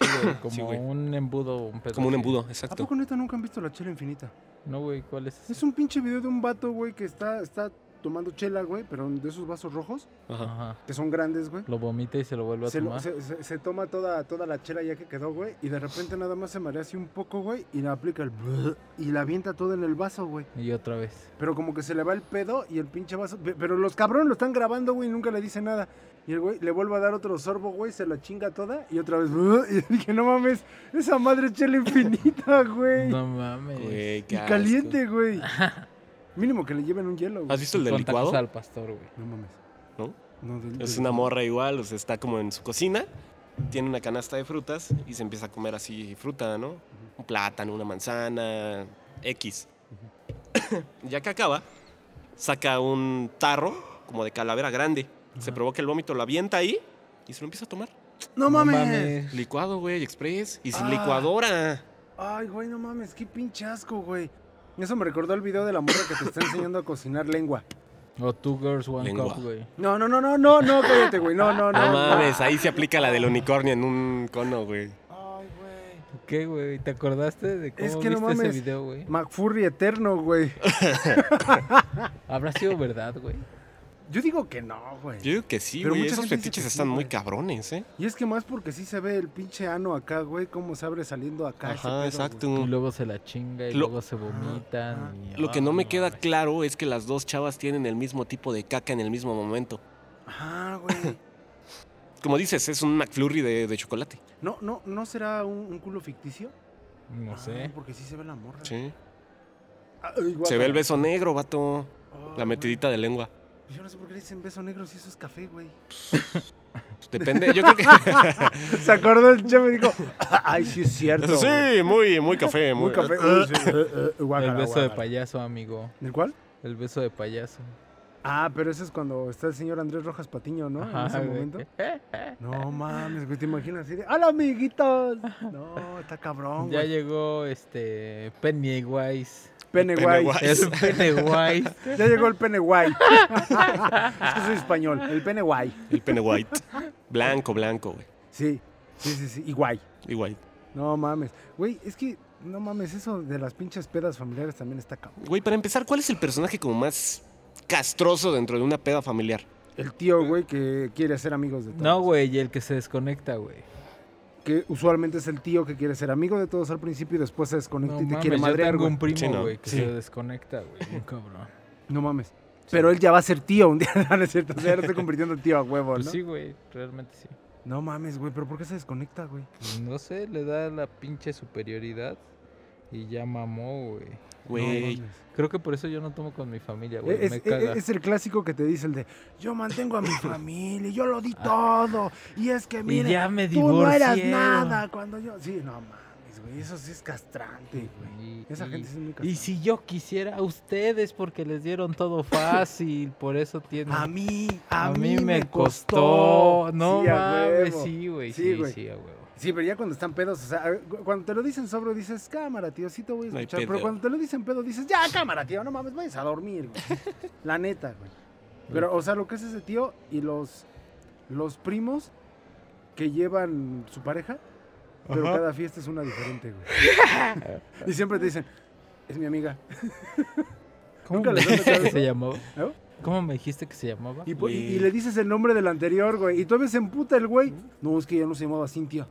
Speaker 2: Sí, güey, como
Speaker 3: Sí, güey.
Speaker 2: un embudo, un pedo
Speaker 3: Como un
Speaker 2: así.
Speaker 3: embudo,
Speaker 4: ¿A
Speaker 3: exacto.
Speaker 4: poco neta nunca han visto la chela infinita?
Speaker 2: No, güey, ¿cuál es?
Speaker 4: Es un pinche video de un vato, güey, que está, está tomando chela, güey, pero de esos vasos rojos,
Speaker 3: Ajá.
Speaker 2: Ajá.
Speaker 4: que son grandes, güey.
Speaker 2: Lo vomita y se lo vuelve a
Speaker 4: Se, lo-
Speaker 2: tomar.
Speaker 4: se- se- se toma toda, toda la chela ya que quedó, güey, y de repente nada más se marea así un poco, güey, y le aplica el... brrr, Y la avienta todo en el vaso, güey.
Speaker 2: Y otra vez.
Speaker 4: Pero como que se le va el pedo y el pinche vaso... pe- Pero los cabrones lo están grabando, güey, y nunca le dice nada. Y el güey le vuelve a dar otro sorbo, güey, se la chinga toda y otra vez... brrr, Y dije, no mames, esa madre es chela infinita, güey.
Speaker 2: No mames.
Speaker 3: Güey, qué
Speaker 4: y
Speaker 3: asco.
Speaker 4: caliente, güey. Mínimo que le lleven un hielo, güey.
Speaker 3: ¿Has visto el del
Speaker 2: Con tacos
Speaker 3: licuado?
Speaker 2: al pastor, güey.
Speaker 4: No mames.
Speaker 3: ¿No?
Speaker 4: No, del-
Speaker 3: Es
Speaker 4: del-
Speaker 3: una morra igual, o sea, está como en su cocina, tiene una canasta de frutas y se empieza a comer así fruta, ¿no? Un plátano, una manzana, X. ya que acaba, saca un tarro como de calavera grande, se provoca el vómito, lo avienta ahí y se lo empieza a tomar.
Speaker 4: ¡No mames!
Speaker 3: Licuado, güey, express y sin
Speaker 4: Ah.
Speaker 3: licuadora.
Speaker 4: Ay, güey, no mames, qué pinche asco, güey. Eso me recordó el video de la morra que te está enseñando a cocinar lengua.
Speaker 2: O Two Girls One
Speaker 3: Lengua.
Speaker 2: Cup, güey.
Speaker 4: No, no, no, no, no, no, cállate, güey. No, no, no.
Speaker 3: No mames, ahí se aplica la del unicornio en un cono, güey.
Speaker 4: Ay, güey.
Speaker 2: ¿Qué, güey? ¿Te acordaste de cómo
Speaker 4: Es que no
Speaker 2: viste
Speaker 4: mames.
Speaker 2: ese video, güey?
Speaker 4: McFurry eterno, güey.
Speaker 2: Habrá sido verdad, güey.
Speaker 4: Yo digo que no, güey.
Speaker 3: Yo digo que sí,
Speaker 4: Pero
Speaker 3: güey,
Speaker 4: mucha
Speaker 3: esos
Speaker 4: gente dice
Speaker 3: fetiches
Speaker 4: que sí,
Speaker 3: están muy
Speaker 4: güey.
Speaker 3: cabrones, ¿eh?
Speaker 4: Y es que más porque sí se ve el pinche ano acá, güey, cómo se abre saliendo acá. ese pedo,
Speaker 3: Ajá, exacto.
Speaker 2: Y luego se la chinga y
Speaker 3: Mm. Lo-
Speaker 2: luego se vomitan. y-
Speaker 3: Lo que no
Speaker 2: Ah,
Speaker 3: me queda
Speaker 2: mames.
Speaker 3: claro es que las dos chavas tienen el mismo tipo de caca en el mismo momento.
Speaker 4: güey. Ajá, güey.
Speaker 3: Como dices, es un McFlurry de, de chocolate.
Speaker 4: No, no, ¿no será un, un culo ficticio?
Speaker 2: No sé.
Speaker 4: Ah, porque sí se ve la morra.
Speaker 3: Sí.
Speaker 4: Ay,
Speaker 3: Se ve el
Speaker 4: guácala.
Speaker 3: beso negro, vato.
Speaker 4: Ay,
Speaker 3: La
Speaker 4: güey.
Speaker 3: metidita de lengua.
Speaker 4: Yo no sé por qué le dicen beso negro si eso es café, güey.
Speaker 3: Depende, yo creo que.
Speaker 4: Se acordó el chef y dijo, ay, sí es cierto.
Speaker 3: sí, muy, muy café, muy,
Speaker 4: Muy café. uy, sí, eh, eh, guácala,
Speaker 2: El beso de
Speaker 4: guácala.
Speaker 2: payaso, amigo.
Speaker 4: ¿Del cuál?
Speaker 2: El beso de payaso.
Speaker 4: Ah, pero ese es cuando está el señor Andrés Rojas Patiño, ¿no? en ese
Speaker 2: Ajá, güey.
Speaker 4: momento. No mames, güey, te imaginas así de, ¡Hola, amiguitos! No, está cabrón,
Speaker 2: Ya
Speaker 4: güey.
Speaker 2: llegó este Pennywise.
Speaker 4: Pennywise.
Speaker 3: Pennywise.
Speaker 2: Es Pennywise.
Speaker 4: Ya llegó el Pennywise. es que soy español, el Pennywise.
Speaker 3: El pene white. Blanco, blanco, güey.
Speaker 4: Sí, sí, sí, sí, y guay.
Speaker 3: Y white.
Speaker 4: No mames. Güey, es que, no mames, eso de las pinches pedas familiares también está cabrón.
Speaker 3: Güey, para empezar, ¿cuál es el personaje como más castroso dentro de una peda familiar?
Speaker 4: El tío, güey, que quiere hacer amigos de todos.
Speaker 2: No, güey, el que se desconecta, güey.
Speaker 4: Que usualmente es el tío que quiere ser amigo de todos al principio y después se desconecta
Speaker 2: No
Speaker 4: y te
Speaker 2: mames,
Speaker 4: quiere
Speaker 2: yo
Speaker 4: madrear,
Speaker 2: tengo
Speaker 4: güey.
Speaker 2: un
Speaker 3: Sí,
Speaker 2: primo,
Speaker 3: no,
Speaker 2: güey, que
Speaker 3: sí.
Speaker 2: se desconecta, güey. Un cabrón.
Speaker 4: No mames. Pero él ya va a ser tío un día, no es cierto. O sea, ya lo estoy convirtiendo en tío a huevo, ¿no?
Speaker 2: Pues sí, güey, realmente sí.
Speaker 4: No mames, güey, pero ¿por qué se desconecta, güey?
Speaker 2: No sé, le da la pinche superioridad y ya mamó, güey.
Speaker 3: Güey.
Speaker 4: No mames.
Speaker 2: Creo que por eso yo no tomo con mi familia, güey.
Speaker 4: Es,
Speaker 2: me
Speaker 4: es-
Speaker 2: caga.
Speaker 4: es el clásico que te dice el de yo mantengo a mi familia, y yo lo di todo, y es que
Speaker 2: y
Speaker 4: mira,
Speaker 2: ya me
Speaker 4: tú no
Speaker 2: divorcié.
Speaker 4: eras nada cuando yo. Sí, no mames, güey, eso sí es castrante, güey.
Speaker 2: Y,
Speaker 4: Esa gente sí es muy
Speaker 2: y
Speaker 4: castrante.
Speaker 2: si yo quisiera a ustedes porque les dieron todo fácil, por eso tienen...
Speaker 4: A mí, a,
Speaker 2: A mí me costó. No
Speaker 4: Sí, a
Speaker 2: mames,
Speaker 4: huevo.
Speaker 2: sí, güey.
Speaker 4: Sí,
Speaker 2: Sí,
Speaker 4: güey.
Speaker 2: sí, a huevo.
Speaker 4: Sí, pero ya cuando están pedos, o sea, cu- cuando te lo dicen sobro dices, cámara, tío, sí te voy a
Speaker 3: No hay
Speaker 4: escuchar. pero
Speaker 3: pedo.
Speaker 4: cuando te lo dicen pedo dices, ya, cámara, tío, no mames, vayas a dormir, güey. La neta, güey. Pero, o sea, lo que es ese tío y los, los primos que llevan su pareja, pero
Speaker 3: Ajá.
Speaker 4: cada fiesta es una diferente, güey. y siempre te dicen, es mi amiga.
Speaker 2: ¿Cómo
Speaker 4: Nunca
Speaker 2: me
Speaker 4: les han
Speaker 2: dijiste
Speaker 4: tocado
Speaker 2: que
Speaker 4: eso.
Speaker 2: se llamaba?
Speaker 4: ¿No?
Speaker 2: ¿Cómo me dijiste que se llamaba?
Speaker 4: Y, po- y- y le dices el nombre del anterior, güey. Y todavía se emputa el güey. No, es que ya no se llamaba Cintia.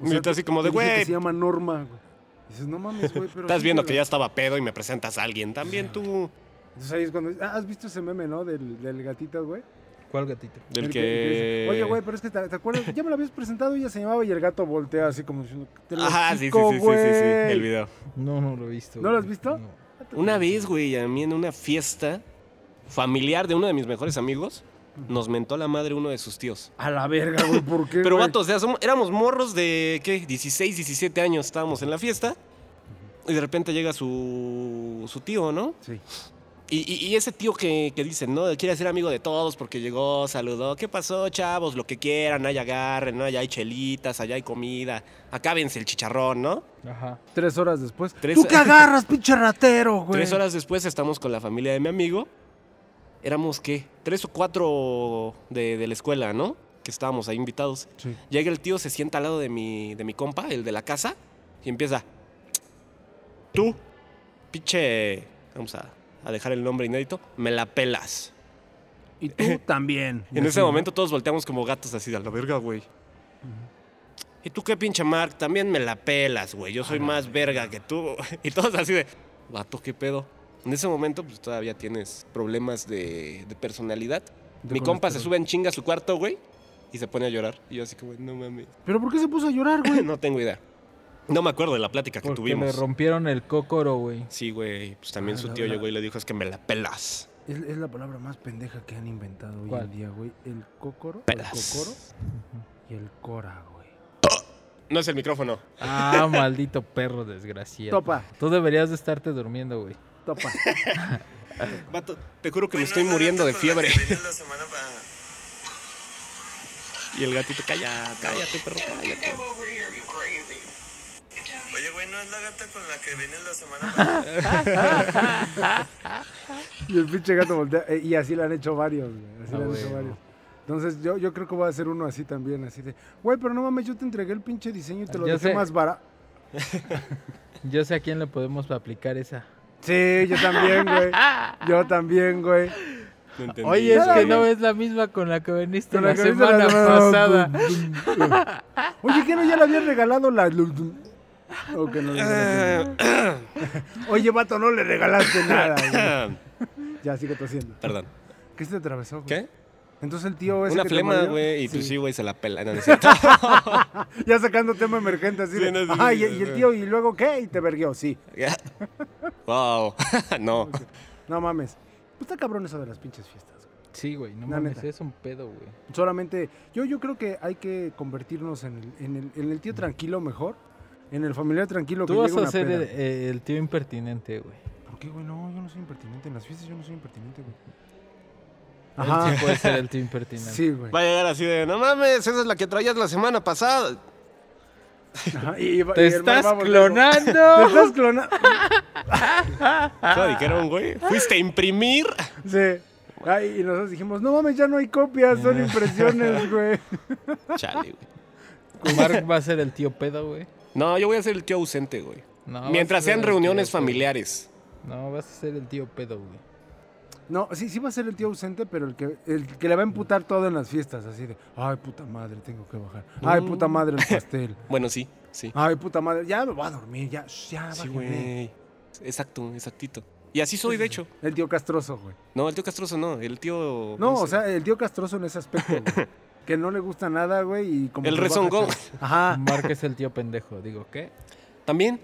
Speaker 4: O
Speaker 3: Y tú así como de,
Speaker 4: te dije que
Speaker 3: "Güey".
Speaker 4: Se llama Norma, güey. Dices, no mames, güey, pero.
Speaker 3: Estás
Speaker 4: sí,
Speaker 3: viendo
Speaker 4: güey".
Speaker 3: que ya estaba pedo y me presentas a alguien. También
Speaker 4: Ah.
Speaker 3: tú.
Speaker 4: Entonces ahí es cuando. ah, ¿Has visto ese meme, no? Del, del gatito, güey.
Speaker 2: ¿Cuál gatito?
Speaker 3: Del
Speaker 4: El
Speaker 3: que.
Speaker 4: dice, Oye, güey, pero es que te, ¿te acuerdas. Ya me lo habías presentado y ya se llamaba y el gato voltea así como diciendo. "Te lo
Speaker 3: Ajá, sí, sí,
Speaker 4: explico,
Speaker 3: sí, sí, sí, sí, sí,
Speaker 4: güey".
Speaker 3: el video.
Speaker 2: No, no lo he visto.
Speaker 4: ¿No lo has
Speaker 2: güey.
Speaker 4: visto?
Speaker 2: No.
Speaker 3: Una vez, güey, a mí en una fiesta familiar de uno de mis mejores amigos, nos mentó la madre uno de sus tíos.
Speaker 4: A la verga, güey, ¿por qué?
Speaker 3: Pero
Speaker 4: güey?
Speaker 3: vato, o sea, somos- éramos morros de, ¿qué? 16, 17 años, estábamos en la fiesta. Y de repente llega su, su tío, ¿no?
Speaker 4: Sí.
Speaker 3: Y, y- y ese tío que, que dicen, ¿no? Quiere ser amigo de todos porque llegó, saludó. ¿Qué pasó, chavos? Lo que quieran, allá agarren, ¿no? Allá hay chelitas, allá hay comida. Acábense el chicharrón, ¿no?
Speaker 2: Ajá.
Speaker 4: Tres horas después.
Speaker 3: Tres-
Speaker 4: ¡Tú que agarras, pinche ratero, güey!
Speaker 3: Tres horas después estamos con la familia de mi amigo. Éramos, ¿qué? Tres o cuatro de, de la escuela, ¿no? Que estábamos ahí invitados.
Speaker 4: Sí.
Speaker 3: Llega el tío, se sienta al lado de mi, de mi compa, el de la casa, y empieza. Tú, pinche. Vamos a, a dejar el nombre inédito. Me la pelas.
Speaker 4: Y tú también.
Speaker 3: Y en
Speaker 4: Y así,
Speaker 3: ese
Speaker 4: ¿no?
Speaker 3: momento todos volteamos como gatos así, a la verga, güey. ¿Y tú qué pinche Mark? También me la pelas, güey. Yo soy más verga que tú. Y todos así de, vato, qué pedo. En ese momento, pues todavía tienes problemas de, de personalidad.
Speaker 4: De
Speaker 3: Mi compa se
Speaker 4: colesterol.
Speaker 3: sube en chinga a su cuarto, güey, y se pone a llorar. Y yo así como, no mames.
Speaker 4: ¿Pero por qué se puso a llorar, güey?
Speaker 3: No tengo idea. No me acuerdo de la plática que
Speaker 2: Porque le
Speaker 3: tuvimos.
Speaker 2: rompieron el cócoro, güey.
Speaker 3: Sí, güey. Pues también
Speaker 4: Ah,
Speaker 3: su
Speaker 4: la
Speaker 3: tío
Speaker 4: verdad.
Speaker 3: llegó y le dijo, es que me la pelas.
Speaker 4: Es, es la palabra más pendeja que han inventado hoy
Speaker 2: ¿Cuál?
Speaker 4: en día, güey. El cocoro, el cocoro
Speaker 3: Pelas.
Speaker 4: y el cora, güey.
Speaker 3: No es el micrófono.
Speaker 2: Ah, maldito perro desgraciado.
Speaker 4: Topa,
Speaker 2: Tú deberías de estarte durmiendo, güey.
Speaker 4: topa.
Speaker 3: Vato, te juro que me estoy muriendo de fiebre. Y el gatito, calla, cállate, perro, cállate.
Speaker 5: Oye, güey, ¿no es la gata con la que vienes la semana pasada?
Speaker 4: y el pinche gato voltea. eh, y así lo han hecho varios, güey. Así
Speaker 2: Ah,
Speaker 4: lo han
Speaker 2: güey,
Speaker 4: hecho
Speaker 2: no.
Speaker 4: varios. Entonces yo, yo creo que voy a hacer uno así también, así de, güey, pero no mames, yo te entregué el pinche diseño y te lo
Speaker 2: Ya
Speaker 4: dejé
Speaker 2: sé.
Speaker 4: más barato.
Speaker 2: Yo sé a quién le podemos aplicar esa.
Speaker 4: Sí, yo también, güey. Yo también, güey.
Speaker 3: No entendí.
Speaker 2: Oye, es
Speaker 4: Nada
Speaker 2: que
Speaker 4: más.
Speaker 2: no es la misma con la que viniste
Speaker 4: Con
Speaker 2: la,
Speaker 4: que viste
Speaker 2: semana pasada.
Speaker 4: Oye, ¿qué no ya le habían regalado la... O que no le regalaste nada? Oye, vato, no le regalaste nada. güey.
Speaker 3: Ah,
Speaker 4: Ya, sigue tosiendo.
Speaker 3: Perdón.
Speaker 4: ¿Qué se te atravesó, güey?
Speaker 3: ¿Qué?
Speaker 4: Entonces el tío ese
Speaker 3: Una
Speaker 4: que te
Speaker 3: flema,
Speaker 4: mordió-
Speaker 3: güey, y tú
Speaker 4: Sí.
Speaker 3: sí, güey, se la pela. No, no es cierto.
Speaker 4: Ya sacando tema emergente así.
Speaker 3: Sí,
Speaker 4: de,
Speaker 3: no, sí, sí,
Speaker 4: Ay,
Speaker 3: sí,
Speaker 4: y, y el
Speaker 3: sí.
Speaker 4: tío, ¿y luego qué? Y te verguió, sí.
Speaker 3: Wow. No.
Speaker 4: No mames. Pues está cabrón eso de las pinches fiestas, güey.
Speaker 2: Sí, güey, no
Speaker 4: La
Speaker 2: mames,
Speaker 4: neta.
Speaker 2: es un pedo, güey.
Speaker 4: Solamente, yo, yo creo que hay que convertirnos en el, en el, en el tío tranquilo mejor, en el familiar tranquilo
Speaker 2: Tú
Speaker 4: que
Speaker 2: vas
Speaker 4: llega
Speaker 2: a
Speaker 4: una
Speaker 2: ser
Speaker 4: peda.
Speaker 2: el, eh, el tío impertinente, güey.
Speaker 4: ¿Por qué, güey? No, yo no soy impertinente. En las fiestas yo no soy impertinente, güey.
Speaker 2: Ajá.
Speaker 4: Ajá.
Speaker 2: puede ser el tío impertinente.
Speaker 4: Sí, güey.
Speaker 3: Va a llegar así de, no mames, esa es la que traías la semana pasada.
Speaker 4: Ajá, y- y-
Speaker 2: ¡Te
Speaker 4: y el man va
Speaker 2: estás
Speaker 4: a volver, güey. Te
Speaker 2: clonando!
Speaker 4: estás clonando. Ah.
Speaker 3: Eso dijeron, güey. Fuiste a imprimir.
Speaker 4: Sí. Ay, y nosotros dijimos, no mames, ya no hay copias, son impresiones, güey.
Speaker 3: Chale, güey.
Speaker 2: Mark va a ser el tío pedo, güey.
Speaker 3: No, yo voy a ser el tío ausente, güey.
Speaker 4: Ah,
Speaker 2: No, vas
Speaker 3: Mientras
Speaker 2: a ser
Speaker 3: sean
Speaker 2: el
Speaker 3: reuniones
Speaker 2: tío pedo.
Speaker 3: familiares.
Speaker 2: No, vas a ser el tío pedo, güey.
Speaker 4: No, sí, sí va a ser el tío ausente, pero el que, el que le va a emputar todo en las fiestas, así de, ay, puta madre, tengo que bajar. Ay, puta
Speaker 3: Mm.
Speaker 4: madre, el pastel.
Speaker 3: Bueno, sí, sí.
Speaker 4: Ay, puta madre, ya me voy a dormir, ya, shh, ya,
Speaker 3: Sí,
Speaker 4: bájenle".
Speaker 3: güey. Exacto, exactito. Y así soy, de hecho.
Speaker 4: El tío castroso, güey.
Speaker 3: No, el tío Castroso no, el tío...
Speaker 4: No, o
Speaker 3: sé.
Speaker 4: sea, el tío castroso en ese aspecto, güey. que no le gusta nada, güey, y como...
Speaker 3: El
Speaker 4: que baja
Speaker 3: rezongón.
Speaker 4: todo. Ajá.
Speaker 2: Mark es el tío pendejo. Digo, ¿qué?
Speaker 3: También,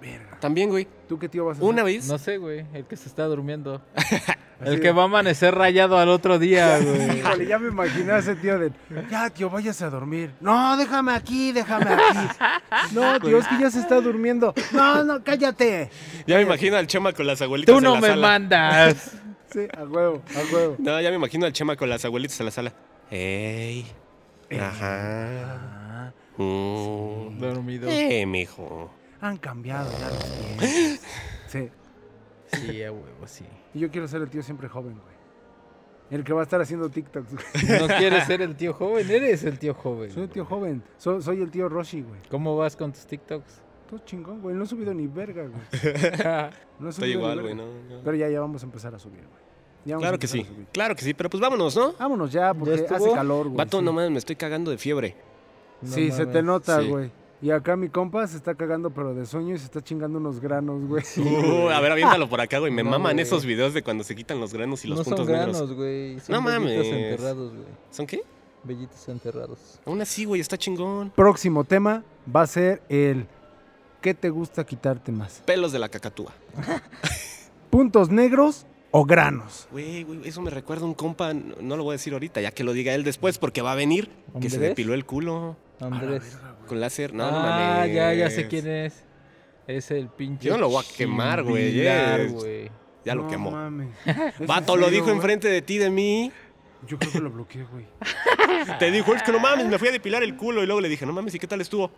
Speaker 4: Verga.
Speaker 3: también, güey.
Speaker 4: ¿Tú qué tío vas a ser?
Speaker 3: Una vez...
Speaker 2: No sé, güey. El que se está durmiendo.
Speaker 4: Así
Speaker 2: El
Speaker 4: de-
Speaker 2: que va a amanecer rayado al otro día, güey.
Speaker 4: Híjole, ya me imaginé a ese tío de, ya tío, váyase a dormir. No, déjame aquí, déjame aquí. No, tío, es que ya se está durmiendo. No, no, cállate.
Speaker 3: Ya me imagino al Chema con las abuelitas
Speaker 2: Tú
Speaker 3: en
Speaker 2: no
Speaker 3: la
Speaker 2: me
Speaker 3: sala.
Speaker 2: mandas.
Speaker 4: Sí, a huevo, a huevo.
Speaker 3: No, ya me imagino al Chema con las abuelitas en la sala. ¡Ey! Ajá.
Speaker 4: Ah,
Speaker 3: Mm.
Speaker 2: Dormido.
Speaker 3: ¡Eh, mijo!
Speaker 4: han cambiado ya los tiempos. Sí,
Speaker 2: Sí, a huevo, sí.
Speaker 4: y yo quiero ser el tío siempre joven, güey. El que va a estar haciendo TikToks, güey.
Speaker 2: No quieres ser el tío joven, eres el tío joven.
Speaker 4: Soy el tío
Speaker 2: güey.
Speaker 4: joven, so- soy el tío Roshi, güey.
Speaker 2: ¿Cómo vas con tus TikToks?
Speaker 4: Todo chingón, güey. No he subido ni verga, güey. No he
Speaker 3: Estoy
Speaker 4: subido ni
Speaker 3: igual,
Speaker 4: verga.
Speaker 3: güey, no, no.
Speaker 4: Pero ya, ya vamos a empezar a subir, güey. Ya vamos a
Speaker 3: Claro que
Speaker 4: empezar
Speaker 3: sí,
Speaker 4: a subir.
Speaker 3: claro que sí, pero pues vámonos, ¿no?
Speaker 4: Vámonos ya, porque hace
Speaker 2: estuvo?
Speaker 4: calor, güey.
Speaker 3: Vato,
Speaker 4: sí.
Speaker 3: no mames, me estoy cagando de fiebre.
Speaker 2: No
Speaker 4: sí, se te
Speaker 2: mames.
Speaker 4: nota,
Speaker 3: Sí.
Speaker 4: güey. Y acá mi compa se está cagando, pero de sueño y se está chingando unos granos, güey.
Speaker 3: Uh, a ver, aviéntalo por acá, güey. Me
Speaker 2: No,
Speaker 3: maman
Speaker 2: güey.
Speaker 3: esos videos de cuando se quitan los granos y los
Speaker 2: no
Speaker 3: puntos
Speaker 2: son granos,
Speaker 3: negros.
Speaker 2: güey.
Speaker 3: No
Speaker 2: Son bellitos
Speaker 3: mames.
Speaker 2: enterrados, güey.
Speaker 3: ¿Son qué?
Speaker 2: Bellitos enterrados.
Speaker 3: Aún así, güey, está chingón.
Speaker 4: Próximo tema va a ser el ¿Qué te gusta quitarte más?
Speaker 3: Pelos de la cacatúa.
Speaker 4: ¿Puntos negros o granos?
Speaker 3: Güey, güey, eso me recuerda a un compa, no, no lo voy a decir ahorita, ya que lo diga él después, porque va a venir, que se
Speaker 2: ¿Andrés?
Speaker 3: depiló el culo
Speaker 2: Andrés.
Speaker 3: con láser. No, no
Speaker 2: ah,
Speaker 3: mames.
Speaker 2: ya, ya sé quién es. Es el pinche.
Speaker 3: Yo no lo voy a quemar, güey, eh.
Speaker 2: Chimbilar,
Speaker 3: es-
Speaker 2: güey.
Speaker 3: Ya lo
Speaker 4: No
Speaker 3: quemó.
Speaker 4: mames. ¿Es
Speaker 3: Vato,
Speaker 4: en
Speaker 3: lo
Speaker 4: serio,
Speaker 3: dijo
Speaker 4: güey?
Speaker 3: enfrente de ti, de mí.
Speaker 4: Yo creo que lo bloqueé, güey.
Speaker 3: Te dijo, es que no mames, me fui a depilar el culo. Y luego le dije, no mames, ¿y qué tal estuvo?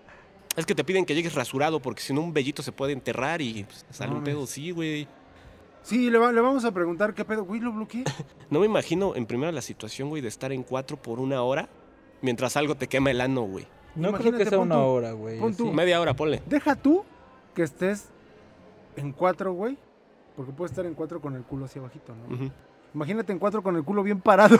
Speaker 3: Es que te piden que llegues rasurado porque si no un vellito se puede enterrar y pues, sale un
Speaker 4: mames.
Speaker 3: pedo. Sí, güey.
Speaker 4: Sí, le, va- le vamos a preguntar qué pedo. Güey, lo bloqueé.
Speaker 3: No me imagino, en primera, la situación, güey, de estar en cuatro por una hora mientras algo te quema el ano, güey.
Speaker 2: No creo
Speaker 4: Imagínate,
Speaker 2: que sea
Speaker 4: pon
Speaker 2: una
Speaker 4: tú-
Speaker 2: hora, güey.
Speaker 4: pon tú.
Speaker 2: así.
Speaker 3: Media hora, ponle.
Speaker 4: Deja tú que estés en cuatro, güey. Porque puedes estar en cuatro con el culo hacia abajito, ¿no?
Speaker 3: Ujú.
Speaker 4: Imagínate en cuatro con el culo bien parado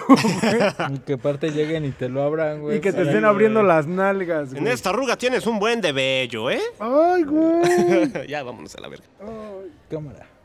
Speaker 2: Y que aparte lleguen y te lo abran, güey.
Speaker 4: y que te
Speaker 2: para-
Speaker 4: estén abriendo las nalgas,
Speaker 3: En este
Speaker 4: güey.
Speaker 3: esta arruga tienes un buen de vello, ¿eh?
Speaker 4: ¡Ay, güey! 어.
Speaker 3: ya vámonos a la verga.
Speaker 4: Ay.
Speaker 2: Cámara.